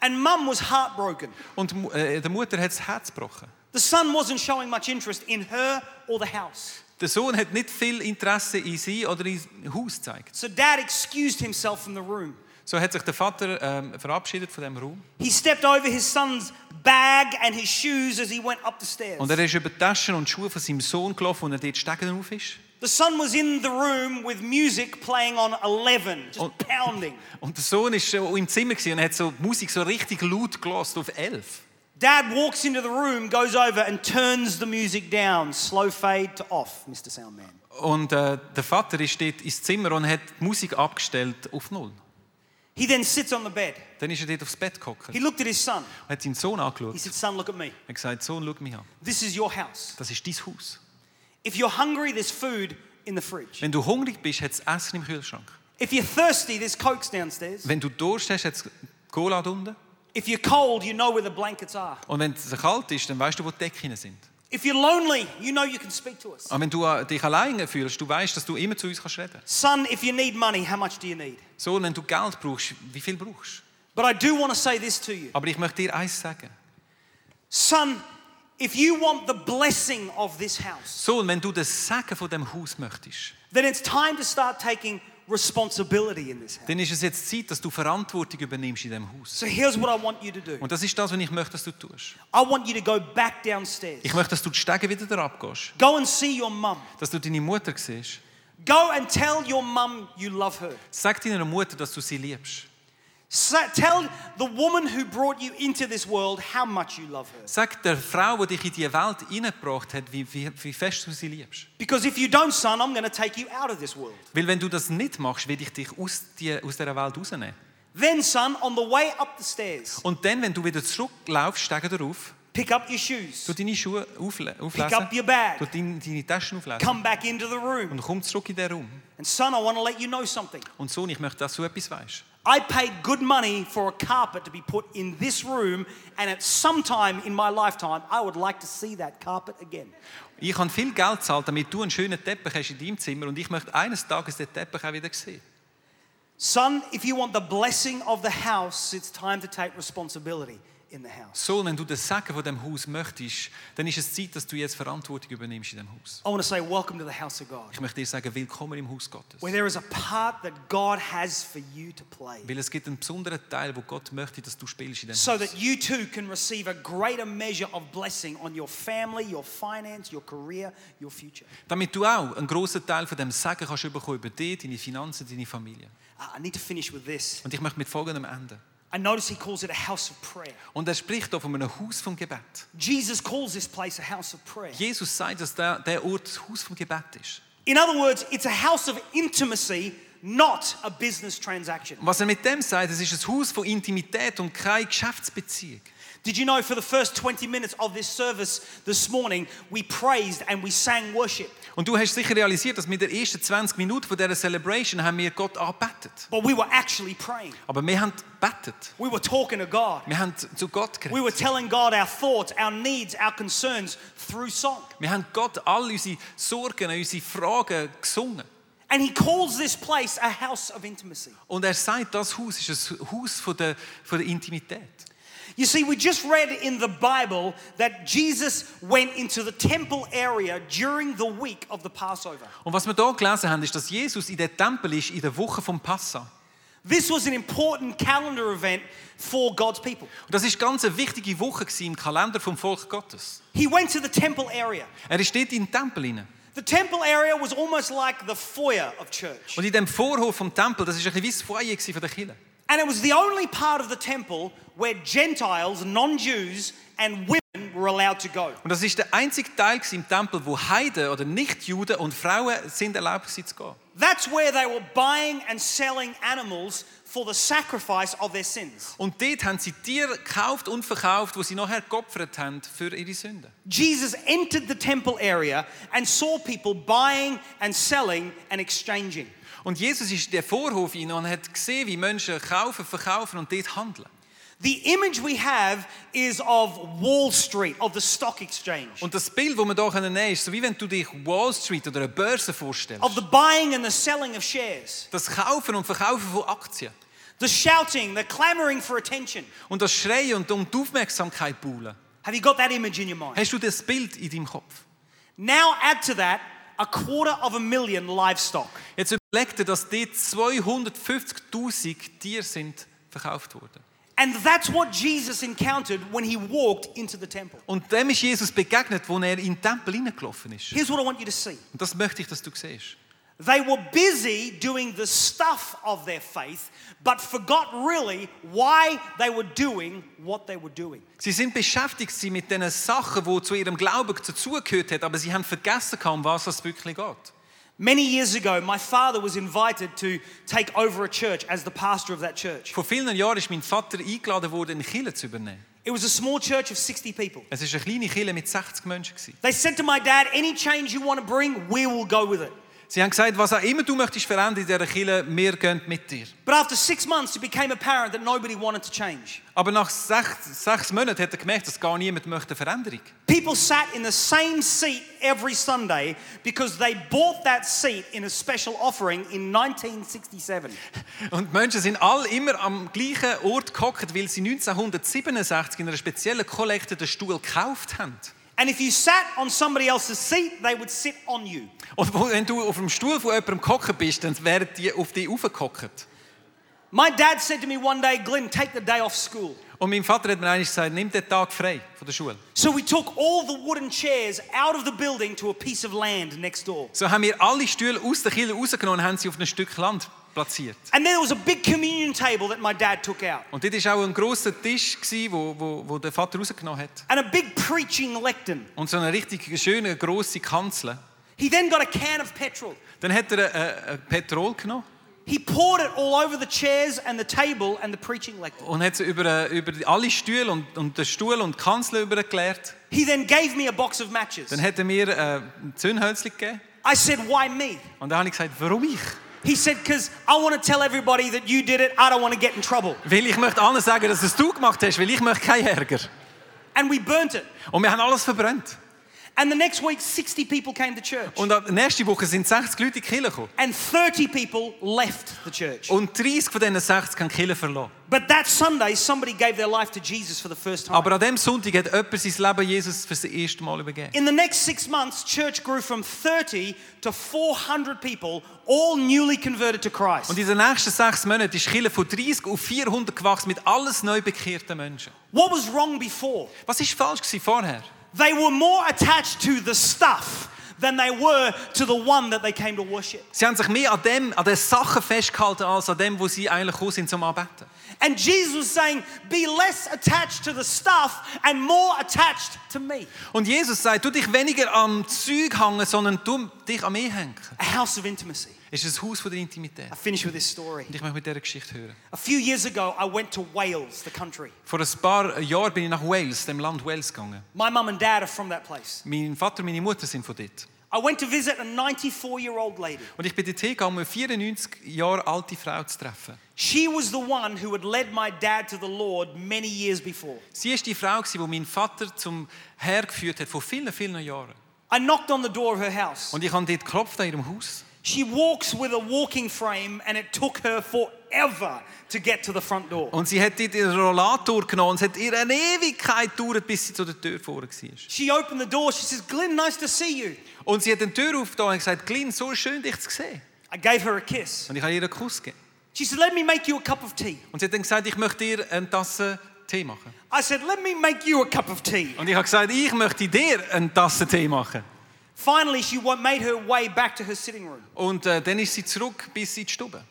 Speaker 2: And mum was heartbroken.
Speaker 3: Und die Mu- äh, der Mutter hat das Herz gebrochen.
Speaker 2: The son wasn't showing much interest in her or the house.
Speaker 3: Der Sohn hat nicht viel Interesse in sie oder in Haus gezeigt.
Speaker 2: So dad excused himself from the room.
Speaker 3: So hat sich der Vater ähm, verabschiedet von dem Raum.
Speaker 2: He stepped over his son's bag and his shoes as he went up the stairs.
Speaker 3: Und er ist über die Taschen und die Schuhe von seinem Sohn gelaufen, und er dort stecken auf ist.
Speaker 2: The son was in the room with music playing on 11, just
Speaker 3: Und-
Speaker 2: pounding.
Speaker 3: Und der Sohn ist so im Zimmer gewesen und hat so die Musik so richtig laut gelost auf elf.
Speaker 2: Dad walks into the room, goes over and turns the music down. Slow fade to off, Mr. Soundman.
Speaker 3: Und äh, der Vater ist dort ins Zimmer und hat die Musik abgestellt auf null.
Speaker 2: He then sits on the bed.
Speaker 3: Dann ist er dort aufs Bett gekommen
Speaker 2: He
Speaker 3: und
Speaker 2: looked at his son.
Speaker 3: hat seinen Sohn
Speaker 2: He
Speaker 3: angeschaut.
Speaker 2: said, Son, look at me.
Speaker 3: Er hat gesagt, Sohn, schau mich an.
Speaker 2: This is your house.
Speaker 3: Das ist dein Haus.
Speaker 2: If you're hungry, there's food in the fridge.
Speaker 3: Wenn du hungrig bist, hat es Essen im Kühlschrank.
Speaker 2: If you're thirsty, there's cokes downstairs.
Speaker 3: Wenn du Durst hast, hat es Cola da unten.
Speaker 2: If you're cold, you know where the blankets are.
Speaker 3: Und wenn es kalt ist, dann weißt du, wo die Decken sind.
Speaker 2: If you're lonely, you know you can speak to us.
Speaker 3: Aber wenn du äh, dich alleine fühlst, du weißt, dass du immer zu uns kannst reden kannst.
Speaker 2: Son, if you need money, how much do you need?
Speaker 3: So, wenn du Geld brauchst, wie viel brauchst du?
Speaker 2: But I do want to say this to you.
Speaker 3: Aber ich möchte dir eins sagen.
Speaker 2: Son, if you want the blessing of this house,
Speaker 3: Sohn, wenn du das Segen von dem Haus möchtest,
Speaker 2: then it's time to start taking responsibility in this house.
Speaker 3: dann ist es jetzt Zeit, dass du Verantwortung übernimmst in dem Haus.
Speaker 2: So here's what I want you to do.
Speaker 3: Und das ist das, was ich möchte, dass du tust.
Speaker 2: I want you to go back downstairs.
Speaker 3: Ich möchte, dass du die Stege wieder drauf gehst,
Speaker 2: Go and see your mum.
Speaker 3: dass du deine Mutter siehst.
Speaker 2: Go and tell your mum you love her.
Speaker 3: Sag deiner Mutter, dass du sie liebst.
Speaker 2: Sa- Tell the woman who brought you into this world how much you love her.
Speaker 3: Sag der Frau, die dich in diese Welt hineingebracht hat, wie, wie, wie fest du sie liebst.
Speaker 2: Because if you don't, son, I'm going to take you out of this world.
Speaker 3: Weil wenn du das nicht machst, werde ich dich aus, die, aus dieser Welt rausnehmen.
Speaker 2: Then, son, on the way up the stairs,
Speaker 3: Und dann, wenn du wieder zurücklaufst, steig darauf, auf,
Speaker 2: pick up your
Speaker 3: tu
Speaker 2: shoes,
Speaker 3: deine Schuhe aufle auflesen,
Speaker 2: pick up your bag,
Speaker 3: tu deine, deine Taschen auflesen
Speaker 2: come back into the room.
Speaker 3: und komm zurück in den Raum.
Speaker 2: And, son, I want to let you know something.
Speaker 3: Und Sohn, ich möchte, dass du etwas weißt.
Speaker 2: I paid good money for a carpet to be put in this room, and at some time in my lifetime, I would like to see that carpet again.
Speaker 3: Ich habe viel Geld gezahlt, damit du einen schönen Teppich hast in deinem Zimmer und ich möchte eines Tages den Teppich auch wieder sehen.
Speaker 2: Son, if you want the blessing of the house, it's time to take responsibility in the house.
Speaker 3: Sohn, wenn du das Segen von dem Haus möchtest, dann ist es Zeit, dass du jetzt Verantwortung übernimmst in dem Haus.
Speaker 2: I want to say, welcome to the house of God,
Speaker 3: Ich möchte dir sagen, willkommen im Haus Gottes.
Speaker 2: where there is a part that God has for you to play,
Speaker 3: Weil es gibt einen besonderen Teil, wo Gott möchte, dass du spielst in dem
Speaker 2: so
Speaker 3: Haus.
Speaker 2: that you too can receive a greater measure of blessing on your family, your finance, your career, your future.
Speaker 3: Damit du auch einen grossen Teil von dem Segen kannst bekommen über dich, deine Finanzen, deine Familie.
Speaker 2: Ah, I need to finish with this.
Speaker 3: Und ich möchte mit Folgendem enden.
Speaker 2: I notice he calls it a house of prayer.
Speaker 3: Und er spricht hier von einem Haus vom Gebet.
Speaker 2: Jesus calls this place a house of prayer.
Speaker 3: Jesus sagt, dass der, der Ort das Haus vom Gebet ist.
Speaker 2: In other words, it's a house of intimacy, not a business transaction.
Speaker 3: Und was er mit dem sagt, es ist ein Haus von Intimität und keine Geschäftsbeziehung.
Speaker 2: Did you know for the first 20 minutes of this service this morning, we praised and we sang worship,
Speaker 3: Und du hast sicher realisiert, dass mit der ersten 20 Minuten von dieser Celebration haben wir Gott angebetet.
Speaker 2: but we were actually praying.
Speaker 3: Aber wir haben gebetet.
Speaker 2: We were talking to God.
Speaker 3: Wir haben zu Gott
Speaker 2: We
Speaker 3: geredet.
Speaker 2: were telling God our thoughts, our needs, our concerns through song.
Speaker 3: Wir haben Gott all unsere Sorgen, unsere Fragen gesungen.
Speaker 2: And He calls this place a house of intimacy.
Speaker 3: Und er sagt, das Haus ist ein Haus von der, von der Intimität.
Speaker 2: You see, we just read in the Bible that Jesus went into the temple area during the week of the Passover.
Speaker 3: Und was wir hier gelesen haben, ist, dass Jesus in der Tempel ist, in der Woche vom Passa.
Speaker 2: This was an important calendar event for God's people.
Speaker 3: Und das ist ganz eine wichtige Woche gewesen im Kalender vom Volk Gottes.
Speaker 2: He went to the temple area.
Speaker 3: Er ist dort in den Tempel hinein.
Speaker 2: The temple area was almost like the foyer of church.
Speaker 3: Und in dem Vorhof vom Tempel, das ist ein bisschen wie das Foyer gewesen von der Kirche.
Speaker 2: And it was the only part of the temple where Gentiles, non Jews, and women were allowed to go.
Speaker 3: Und das ist der einzige Teil gewesen im Tempel, wo Heiden oder Nichtjuden und Frauen sind erlaubt gewesen zu gehen.
Speaker 2: That's where they were buying and selling animals for the sacrifice of their sins.
Speaker 3: Und dort haben sie Tiere gekauft und verkauft, wo sie nachher geopfert haben für ihre Sünden.
Speaker 2: Jesus entered the temple area and saw people buying and selling and exchanging.
Speaker 3: Und Jesus ist der Vorhof hinein und hat gesehen, wie Menschen kaufen, verkaufen und dort handeln.
Speaker 2: The image we have is of Wall Street, of the stock exchange,
Speaker 3: Und das Bild, das wir hier nehmen können, ist so, wie wenn du dich Wall Street oder eine Börse vorstellst.
Speaker 2: of the buying and the selling of shares,
Speaker 3: Das Kaufen und Verkaufen von Aktien.
Speaker 2: the shouting, the clamoring for attention.
Speaker 3: Und das Schreien und um die Aufmerksamkeit buhlen.
Speaker 2: Have you got that image in your mind?
Speaker 3: Hast du das Bild in deinem Kopf?
Speaker 2: Now add to that a quarter of a million livestock.
Speaker 3: Jetzt überleg dir, dass dort 250.000 Tiere sind verkauft worden.
Speaker 2: And that's what Jesus encountered when he walked into the temple.
Speaker 3: Und dem ist Jesus begegnet, wo er in den Tempel hineingelaufen ist.
Speaker 2: Here's what I want you to see
Speaker 3: Und das möchte ich, dass du siehst.
Speaker 2: they were busy doing the stuff of their faith, but forgot really why they were doing what they were doing.
Speaker 3: Sie sind beschäftigt gewesen mit den Sachen, die zu ihrem Glauben dazugehört hat, aber sie haben vergessen, gehabt, um was es wirklich geht.
Speaker 2: Many years ago, my father was invited to take over a church as the pastor of that church.
Speaker 3: Vor vielen Jahren ist mein Vater eingeladen worden, eine Kirche zu übernehmen.
Speaker 2: It was a small church of 60 people.
Speaker 3: Es war eine kleine Kirche mit 60 Menschen. gewesen.
Speaker 2: They said to my dad, Any change you want to bring, we will go with it.
Speaker 3: Sie haben gesagt, was auch immer du möchtest verändern in dieser Kirche, wir gehen mit dir.
Speaker 2: But after six months, it became apparent that nobody wanted to change.
Speaker 3: Aber nach sechs, sechs Monaten hat er gemerkt, dass gar niemand möchte eine Veränderung.
Speaker 2: People sat in the same seat every Sunday because they bought that seat in a special offering in 1967.
Speaker 3: Und die Menschen sind alle immer am gleichen Ort gehockt, weil sie 1967 in einer speziellen Kollekte den Stuhl gekauft haben.
Speaker 2: And if you sat on somebody else's seat, they would sit on you.
Speaker 3: Und wo- wenn du auf dem Stuhl von jemandem gehockt bist, dann werden die auf dich aufgehockt.
Speaker 2: My dad said to me one day, Glenn, take the day off school.
Speaker 3: Und mein Vater hat mir eigentlich gesagt, nimm den Tag frei von der Schule.
Speaker 2: So we took all the wooden chairs out of the building to a piece of land next door.
Speaker 3: So haben wir alle Stühle aus der Kirche rausgenommen und haben sie auf ein Stück Land platziert.
Speaker 2: And then there was a big communion table that my dad took out,
Speaker 3: Und dort war auch ein grosser Tisch, gewesen, wo, wo, wo der Vater rausgenommen hat.
Speaker 2: and a big preaching lectern.
Speaker 3: Und so eine richtig schöne, grosse Kanzel.
Speaker 2: He then got a can of petrol.
Speaker 3: Dann hat er äh, äh, Petrol genommen
Speaker 2: He poured it all over the chairs and the table and the preaching lectern.
Speaker 3: und hat sie über, äh, über alle Stühle und, und den Stuhl und die Kanzel übergeklärt.
Speaker 2: He then gave me a box of matches.
Speaker 3: Dann hat er mir äh, ein Zündhölzchen gegeben.
Speaker 2: I said, Why me?
Speaker 3: Und dann habe ich gesagt, warum ich?
Speaker 2: He said, Because I want to tell everybody that you did it. I don't want to get in trouble.
Speaker 3: Weil ich möchte allen sagen, dass es du gemacht hast, weil ich möchte keinen Ärger.
Speaker 2: And we burnt it.
Speaker 3: Und wir haben alles verbrannt.
Speaker 2: And the next week, 60 people came to church.
Speaker 3: Und ab- nächste Woche sind 60 Leute in die Kirche gekommen.
Speaker 2: And 30 people left the church.
Speaker 3: Und 30 von diesen 60 haben die Kirche verloren.
Speaker 2: But that Sunday, somebody gave their life to Jesus for the first time.
Speaker 3: Aber an diesem Sonntag hat jemand sein Leben Jesus für das erste Mal übergeben.
Speaker 2: In the next six months, church grew from 30 to 400 people, all newly converted to
Speaker 3: Und
Speaker 2: Christ.
Speaker 3: in den nächsten sechs Monaten ist die Kirche von 30 auf 400 gewachsen mit alles neu bekehrten Menschen.
Speaker 2: What was wrong before?
Speaker 3: Was war falsch gewesen vorher?
Speaker 2: They were more attached to the stuff than they were to the one that they came to worship.
Speaker 3: Sie haben sich mehr an, dem, an den Sachen festgehalten, als an dem, wo sie eigentlich gekommen sind zum Anbeten.
Speaker 2: And Jesus was saying, Be less attached to the stuff and more attached to me.
Speaker 3: Und Jesus sagt, du dich weniger am Zeug hängen, sondern du dich an mich hängen.
Speaker 2: A house of intimacy.
Speaker 3: Es ist ein Haus von der Intimität.
Speaker 2: I finish with this story.
Speaker 3: Und ich möchte mit dieser Geschichte hören.
Speaker 2: A few years ago, I went to Wales, the country.
Speaker 3: Vor ein paar Jahren bin ich nach Wales, dem Land Wales, gegangen.
Speaker 2: My mum and dad are from that place.
Speaker 3: Mein Vater und meine Mutter sind von dort.
Speaker 2: I went to visit a 94 year old lady.
Speaker 3: Und ich bin dorthin gegangen, um eine 94 Jahre alte Frau zu treffen.
Speaker 2: She was the one who had led my dad to the Lord many years before.
Speaker 3: Sie war die Frau, die mein Vater zum Herr geführt hat, vor vielen, vielen Jahren.
Speaker 2: I knocked on the door of her house.
Speaker 3: Und ich habe dort geklopft an ihrem Haus.
Speaker 2: She walks with a walking frame, and it took her forever to get to the front door.
Speaker 3: Und sie hat dort ihren Rollator genommen. und Es hat ihr eine Ewigkeit gedauert, bis sie zu der Tür vor war.
Speaker 2: She opened the door. She says, Glenn, nice to see you.
Speaker 3: Und sie hat die Tür aufgetan und gesagt, Glyn, so schön, dich zu sehen.
Speaker 2: I gave her a kiss.
Speaker 3: Und ich habe ihr einen Kuss gegeben.
Speaker 2: She said, Let me make you a cup of tea.
Speaker 3: Und sie hat dann gesagt, ich möchte dir eine Tasse Tee machen.
Speaker 2: I said, Let me make you a cup of tea.
Speaker 3: Und ich habe gesagt, ich möchte dir eine Tasse Tee machen.
Speaker 2: Finally, she wa- made her way back to her sitting room.
Speaker 3: Und äh, dann ist sie zurück bis in die Stube.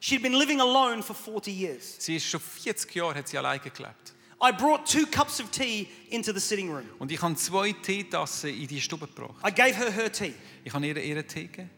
Speaker 2: She'd been living alone for 40 years.
Speaker 3: Sie ist schon 40 Jahre hat sie alleine gelebt.
Speaker 2: I brought two cups of tea into the sitting room.
Speaker 3: Und ich habe zwei Teetassen in die Stube gebracht.
Speaker 2: I gave her her tea.
Speaker 3: Ich habe ihr ihren Tee gegeben.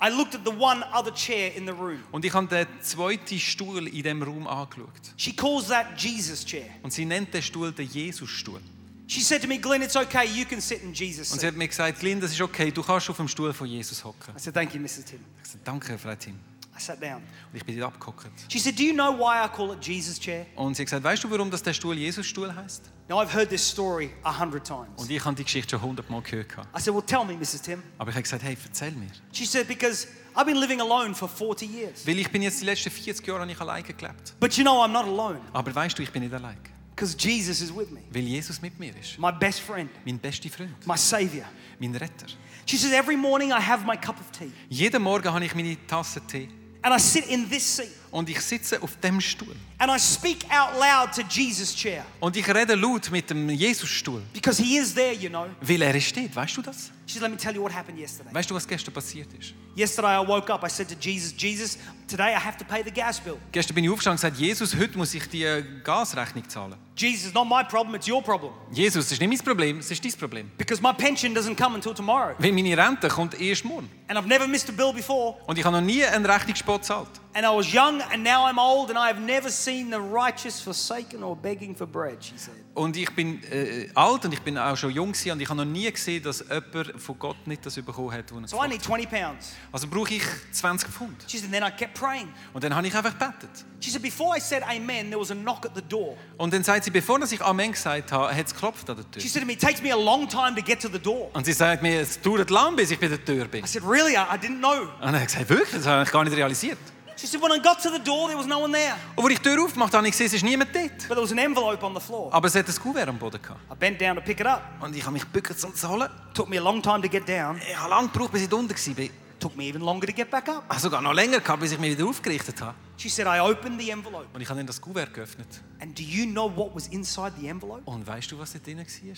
Speaker 2: I looked at the one other chair in the room.
Speaker 3: Und ich habe den zweiten Stuhl in diesem Raum angeschaut.
Speaker 2: She calls that Jesus chair.
Speaker 3: Und sie nennt den Stuhl den Jesusstuhl.
Speaker 2: She said to me, Glenn, it's okay, you can sit in Jesus'
Speaker 3: Und sie
Speaker 2: seat.
Speaker 3: hat mir gesagt, Glyn, das ist okay, du kannst auf dem Stuhl von Jesus hocken.
Speaker 2: I said, Thank you, Mrs. Tim.
Speaker 3: Ich sagte, danke, Frau Tim.
Speaker 2: I sat down.
Speaker 3: Und ich bin dort abgehockt.
Speaker 2: She said, Do you know why I call it Jesus' chair?
Speaker 3: Und sie hat gesagt, weißt du, warum das der Stuhl Jesus-Stuhl heißt?
Speaker 2: Now, I've heard this story a hundred times.
Speaker 3: Und ich habe die Geschichte schon hundertmal gehört. gehabt.
Speaker 2: I said, Well, tell me, Mrs. Tim.
Speaker 3: Aber ich habe gesagt, hey, erzähl mir.
Speaker 2: She said, Because I've been living alone for 40 years.
Speaker 3: Weil ich bin jetzt die letzten 40 Jahre nicht alleine gelebt.
Speaker 2: But you know, I'm not alone
Speaker 3: Aber weißt du, ich bin nicht allein.
Speaker 2: because Jesus is with me,
Speaker 3: Weil Jesus mit mir ist.
Speaker 2: my best friend,
Speaker 3: Mein bester Freund.
Speaker 2: my savior.
Speaker 3: Mein Retter.
Speaker 2: She says, Every morning I have my cup of tea
Speaker 3: Jeden Morgen habe ich meine Tasse Tee.
Speaker 2: and I sit in this seat
Speaker 3: Und ich sitze auf dem Stuhl.
Speaker 2: and I speak out loud to Jesus' chair
Speaker 3: Und ich rede laut mit dem Jesus-Stuhl.
Speaker 2: because he is there, you know.
Speaker 3: Weil er ist dort. Weißt du das?
Speaker 2: She said, Let me tell you what happened yesterday.
Speaker 3: Weißt du, was gestern passiert ist?
Speaker 2: Yesterday I woke up, I said to Jesus, Jesus, today I have to pay the gas bill.
Speaker 3: Gestern bin ich aufgestanden und gesagt, Jesus, heute muss ich die äh, Gasrechnung zahlen.
Speaker 2: Jesus, not my problem, it's your problem.
Speaker 3: Jesus, das ist nicht mein Problem, das ist dein Problem.
Speaker 2: Because my pension doesn't come until tomorrow.
Speaker 3: Weil meine Rente kommt erst morgen.
Speaker 2: And I've never missed a bill before.
Speaker 3: Und ich habe noch nie einen Rechnungsspot gezahlt.
Speaker 2: And I was young and now I'm old and I have never seen the righteous forsaken or begging for bread, she said.
Speaker 3: Und ich bin äh, alt und ich bin auch schon jung gewesen, und ich habe noch nie gesehen, dass jemand von Gott nicht das bekommen hat. was
Speaker 2: So I
Speaker 3: er
Speaker 2: need 20 pounds.
Speaker 3: Also brauche ich 20 Pfund.
Speaker 2: She said, and then I kept praying.
Speaker 3: Und dann habe ich einfach gebetet.
Speaker 2: She said, before I said amen, there was a knock at the door.
Speaker 3: Und dann sagt sie, bevor dass ich Amen gesagt habe, hat es geklopft an der
Speaker 2: She said
Speaker 3: Tür.
Speaker 2: to me, it takes me a long time to get to the door.
Speaker 3: Und sie sagt mir, es dauert lang, bis ich bei der Tür bin.
Speaker 2: I
Speaker 3: Und
Speaker 2: said, really? I, I didn't know.
Speaker 3: dann habe ich gesagt, wirklich, das habe ich gar nicht realisiert.
Speaker 2: She said, when I got to the door, there was no one there.
Speaker 3: Und als ich die Tür aufmachte, habe ich gesehen, es ist niemand dort.
Speaker 2: But there was an envelope on the floor.
Speaker 3: Aber es hat ein Kuvert am Boden gehabt.
Speaker 2: I bent down to pick it up.
Speaker 3: Und ich habe mich gebückt, um zu holen.
Speaker 2: Took me a long time to get down.
Speaker 3: Ich habe lange gebraucht, bis ich unten war.
Speaker 2: Took me even longer to get back up.
Speaker 3: Ich habe sogar noch länger gehabt, bis ich mich wieder aufgerichtet habe.
Speaker 2: She said, I opened the envelope.
Speaker 3: Und ich habe dann das Kuvert geöffnet.
Speaker 2: And do you know what was inside the envelope?
Speaker 3: Und weißt du, was da drin war? Und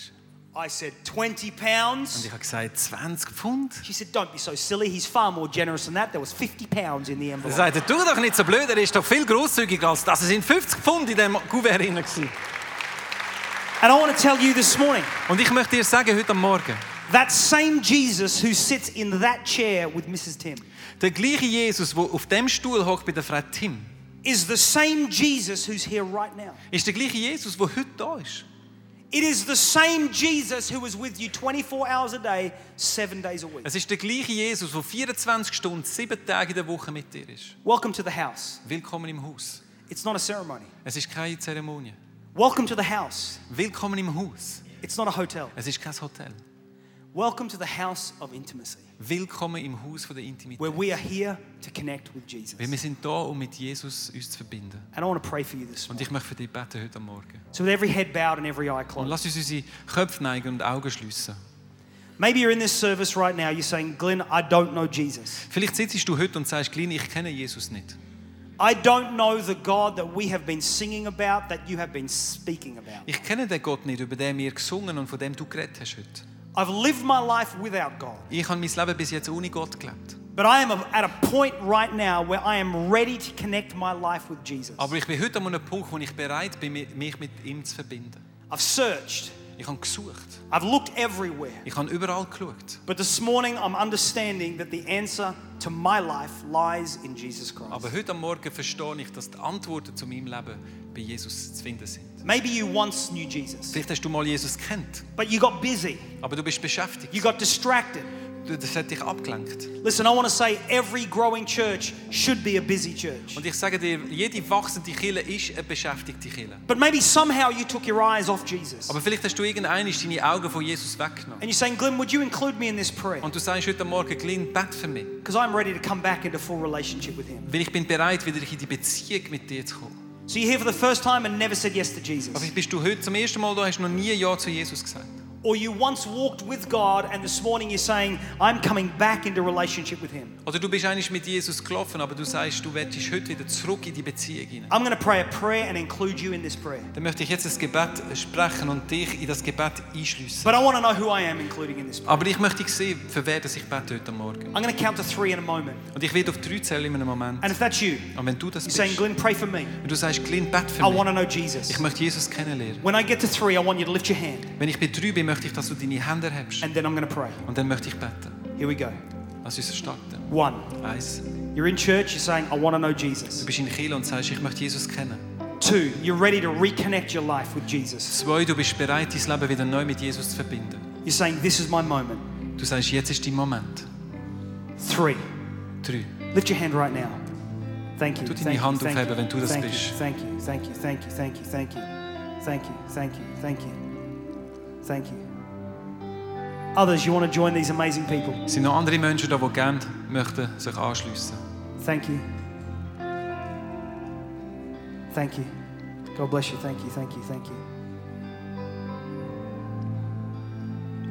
Speaker 2: I said, 20 pounds.
Speaker 3: ich habe gesagt, 20 Pfund.
Speaker 2: She said, don't be so silly. He's far more generous than that. There was 50 pounds in the
Speaker 3: Dann
Speaker 2: envelope.
Speaker 3: sagt er, du doch nicht so blöd, er ist doch viel grosszügiger als das. Es sind 50 Pfund in diesem Kuvert drin. gewesen.
Speaker 2: And I want to tell you this morning,
Speaker 3: Und ich möchte dir sagen, heute am Morgen,
Speaker 2: that same Jesus who sits in that chair with Mrs. Tim
Speaker 3: der gleiche Jesus, der auf dem Stuhl hockt bei der Frau Tim,
Speaker 2: is the same Jesus who's here right now.
Speaker 3: ist der gleiche Jesus, der heute da ist.
Speaker 2: It is the same Jesus who is with you 24 hours a day, seven days a week.
Speaker 3: Es ist der gleiche Jesus, der 24 Stunden, 7 Tage in der Woche mit dir ist.
Speaker 2: Welcome to the house.
Speaker 3: Willkommen im Haus.
Speaker 2: It's not a ceremony.
Speaker 3: Es ist keine Zeremonie.
Speaker 2: Welcome to the house.
Speaker 3: Willkommen im Haus.
Speaker 2: It's not a hotel.
Speaker 3: Es ist kein Hotel.
Speaker 2: Welcome to the house of intimacy,
Speaker 3: Willkommen im Haus von der
Speaker 2: where
Speaker 3: Intimität.
Speaker 2: we are here to connect with Jesus.
Speaker 3: Weil wir sind da, um mit Jesus uns zu verbinden.
Speaker 2: And I want to pray for you this
Speaker 3: Und
Speaker 2: morning.
Speaker 3: ich möchte für dich beten heute am Morgen.
Speaker 2: So, with every head bowed and every eye
Speaker 3: Und
Speaker 2: closed,
Speaker 3: lass uns unsere Köpfe neigen und Augen schliessen.
Speaker 2: maybe you're in this service right now, you're saying, Glenn, I don't know Jesus.
Speaker 3: Vielleicht sitzt du heute und sagst, Glyn, ich kenne Jesus nicht.
Speaker 2: I don't know the God that we have been singing about, that you have been speaking about.
Speaker 3: Ich kenne den Gott nicht, über den wir gesungen und von dem du geredet hast heute.
Speaker 2: I've lived my life without God,
Speaker 3: Ich habe mein Leben bis jetzt ohne Gott gelebt.
Speaker 2: but I am at a point right now where I am ready to connect my life with Jesus.
Speaker 3: Aber ich bin heute an einem Punkt, wo ich bereit bin, mich mit ihm zu verbinden.
Speaker 2: I've searched,
Speaker 3: Ich habe gesucht.
Speaker 2: I've looked everywhere.
Speaker 3: Ich habe überall geschaut.
Speaker 2: But this morning, I'm understanding that the answer to my life lies in Jesus Christ.
Speaker 3: Aber heute am Morgen verstehe ich, dass die Antworten zu meinem Leben bei Jesus zu finden sind.
Speaker 2: Maybe you once knew Jesus,
Speaker 3: Vielleicht hast du mal Jesus kennt,
Speaker 2: but you got busy,
Speaker 3: aber du bist beschäftigt.
Speaker 2: you got distracted.
Speaker 3: Du- Das hat dich abgelenkt.
Speaker 2: Listen, I want to say every growing church should be a busy church.
Speaker 3: Und ich sage dir, jede wachsende Kirche ist eine beschäftigte Kirche.
Speaker 2: But maybe somehow you took your eyes off Jesus.
Speaker 3: Aber vielleicht hast du irgendeinmal deine Augen von Jesus weggenommen.
Speaker 2: And you're saying, Glenn, would you include me in this prayer?
Speaker 3: Und du sagst heute Morgen, Glyn, bett für mich.
Speaker 2: Because I'm ready to come back into full relationship with Him.
Speaker 3: Weil ich bin bereit, wieder in die Beziehung mit dir zu kommen.
Speaker 2: So you're here for the first time and never said yes to
Speaker 3: Aber
Speaker 2: Jesus.
Speaker 3: bist du heute zum ersten Mal da, hast noch nie Ja zu Jesus gesagt.
Speaker 2: Or you once walked with God and this morning you're saying, I'm coming back into relationship with Him.
Speaker 3: Oder du bist eigentlich mit Jesus gelaufen, aber du sagst, du willst heute wieder zurück in die Beziehung hinein.
Speaker 2: I'm going to pray a prayer and include you in this prayer.
Speaker 3: Dann möchte ich jetzt das Gebet sprechen und dich in das Gebet einschliessen.
Speaker 2: But I want to know who I am, including in this prayer.
Speaker 3: Aber ich möchte sehen, für wer das ich bete heute Morgen.
Speaker 2: I'm going to count to three in a moment.
Speaker 3: Und ich werde auf drei zählen in einem Moment.
Speaker 2: And if that's you,
Speaker 3: Und wenn du das
Speaker 2: you're
Speaker 3: bist,
Speaker 2: saying, Glenn, pray for me.
Speaker 3: wenn du sagst, Glyn, bete
Speaker 2: I
Speaker 3: für
Speaker 2: want
Speaker 3: mich.
Speaker 2: to know
Speaker 3: Ich
Speaker 2: Jesus.
Speaker 3: möchte Jesus kennenlernen.
Speaker 2: When I get to three, I want you to lift your hand
Speaker 3: Wenn ich bei drei bin, möchte ich, dass du deine Hände erhebst.
Speaker 2: and then I'm going to pray.
Speaker 3: Und dann möchte ich beten.
Speaker 2: Here we go.
Speaker 3: Lass uns starten.
Speaker 2: One,
Speaker 3: Eins.
Speaker 2: you're in church, you're saying, I want to know Jesus.
Speaker 3: Du bist in Kiel und sagst, ich möchte Jesus kennen.
Speaker 2: Two, you're ready to reconnect your life with Jesus.
Speaker 3: Zwei, du bist bereit, dein Leben wieder neu mit Jesus zu verbinden.
Speaker 2: You're saying, This is my moment.
Speaker 3: Du sagst, jetzt ist dein Moment.
Speaker 2: Three,
Speaker 3: Drei.
Speaker 2: lift your hand right now. Thank you.
Speaker 3: Tu deine
Speaker 2: thank you,
Speaker 3: Hand
Speaker 2: thank
Speaker 3: aufheben,
Speaker 2: you,
Speaker 3: wenn du das
Speaker 2: thank you,
Speaker 3: bist.
Speaker 2: Thank you, thank you, thank you, thank you, thank you, thank you, thank you, thank you, thank you. Others, you want to join these amazing people?
Speaker 3: Es sind noch andere Menschen da, die gerne möchten sich anschliessen.
Speaker 2: Thank you. Thank you. God bless you. Thank you. Thank you. Thank you.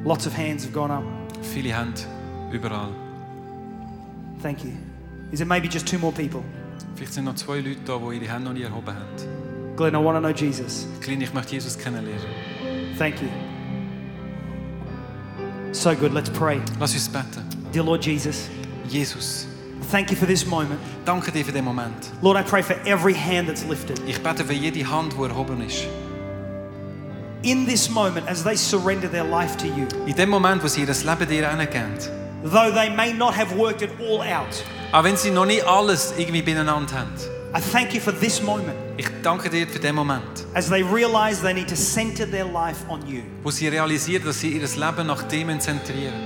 Speaker 2: Lots of hands have gone up.
Speaker 3: Viele Hände, überall.
Speaker 2: Thank you. Is it maybe just two more people?
Speaker 3: Vielleicht sind noch zwei Leute da, die ihre Hände noch nie erhoben haben.
Speaker 2: Glenn, I want to know Jesus.
Speaker 3: Klein, ich möchte Jesus kennenlernen.
Speaker 2: Thank you. So good. Let's pray.
Speaker 3: Lass uns beten.
Speaker 2: Dear Lord Jesus,
Speaker 3: Jesus,
Speaker 2: thank you for this moment.
Speaker 3: danke dir für den Moment.
Speaker 2: Lord, I pray for every hand that's lifted.
Speaker 3: Ich bete für jede Hand, die erhoben ist.
Speaker 2: In this moment, as they surrender their life to you,
Speaker 3: In dem Moment, wo sie ihr Leben dir anerkennen,
Speaker 2: though they may not have worked it all out,
Speaker 3: auch wenn sie noch nicht alles irgendwie beieinander haben,
Speaker 2: I thank you for this moment.
Speaker 3: ich danke dir für den Moment,
Speaker 2: as they realize they need to center their life on you.
Speaker 3: wo sie realisieren, dass sie ihr Leben nach dem zentrieren.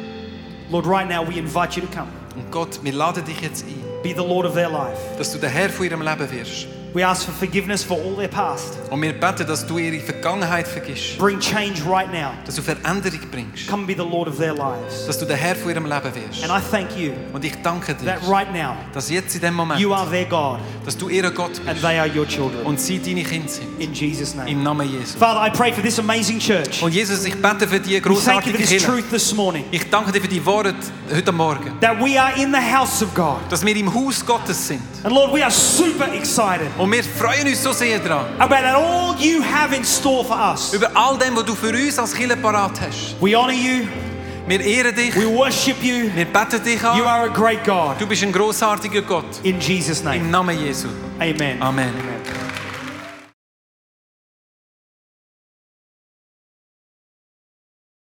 Speaker 2: Lord, right now we invite you to come.
Speaker 3: Und Gott, wir laden dich jetzt ein,
Speaker 2: Be the Lord of their life.
Speaker 3: dass du der Herr von ihrem Leben wirst.
Speaker 2: We ask for forgiveness for all their past.
Speaker 3: Und wir beten, dass du ihre Vergangenheit vergisst,
Speaker 2: Bring change right now.
Speaker 3: dass du Veränderung bringst,
Speaker 2: Come be the Lord of their lives.
Speaker 3: dass du der Herr von ihrem Leben wirst.
Speaker 2: And I thank you
Speaker 3: Und ich danke dir,
Speaker 2: that right now
Speaker 3: dass jetzt in dem Moment,
Speaker 2: you are their God
Speaker 3: dass du ihr Gott
Speaker 2: and
Speaker 3: bist
Speaker 2: they are your children.
Speaker 3: und sie deine Kinder sind.
Speaker 2: In Jesus' name.
Speaker 3: Im Namen Jesu.
Speaker 2: Father, I pray for this amazing church.
Speaker 3: Und Jesus, ich bete für die
Speaker 2: We thank you
Speaker 3: großartige
Speaker 2: for this
Speaker 3: Kirche.
Speaker 2: truth this morning
Speaker 3: Ich danke dir für die Worte heute Morgen,
Speaker 2: that we are in the house of God.
Speaker 3: dass wir im Haus Gottes sind.
Speaker 2: And Lord, we are super excited
Speaker 3: Und wir freuen uns so sehr daran,
Speaker 2: about all you have in store for us.
Speaker 3: über all dem, was du für uns als Kirche parat hast.
Speaker 2: We honor you,
Speaker 3: Wir ehren dich,
Speaker 2: we worship you.
Speaker 3: wir beten dich
Speaker 2: You
Speaker 3: an.
Speaker 2: are a great God.
Speaker 3: Du bist ein großartiger Gott.
Speaker 2: In Jesus'
Speaker 3: Im
Speaker 2: name.
Speaker 3: Namen Jesu.
Speaker 2: Amen.
Speaker 3: Amen.
Speaker 2: Amen.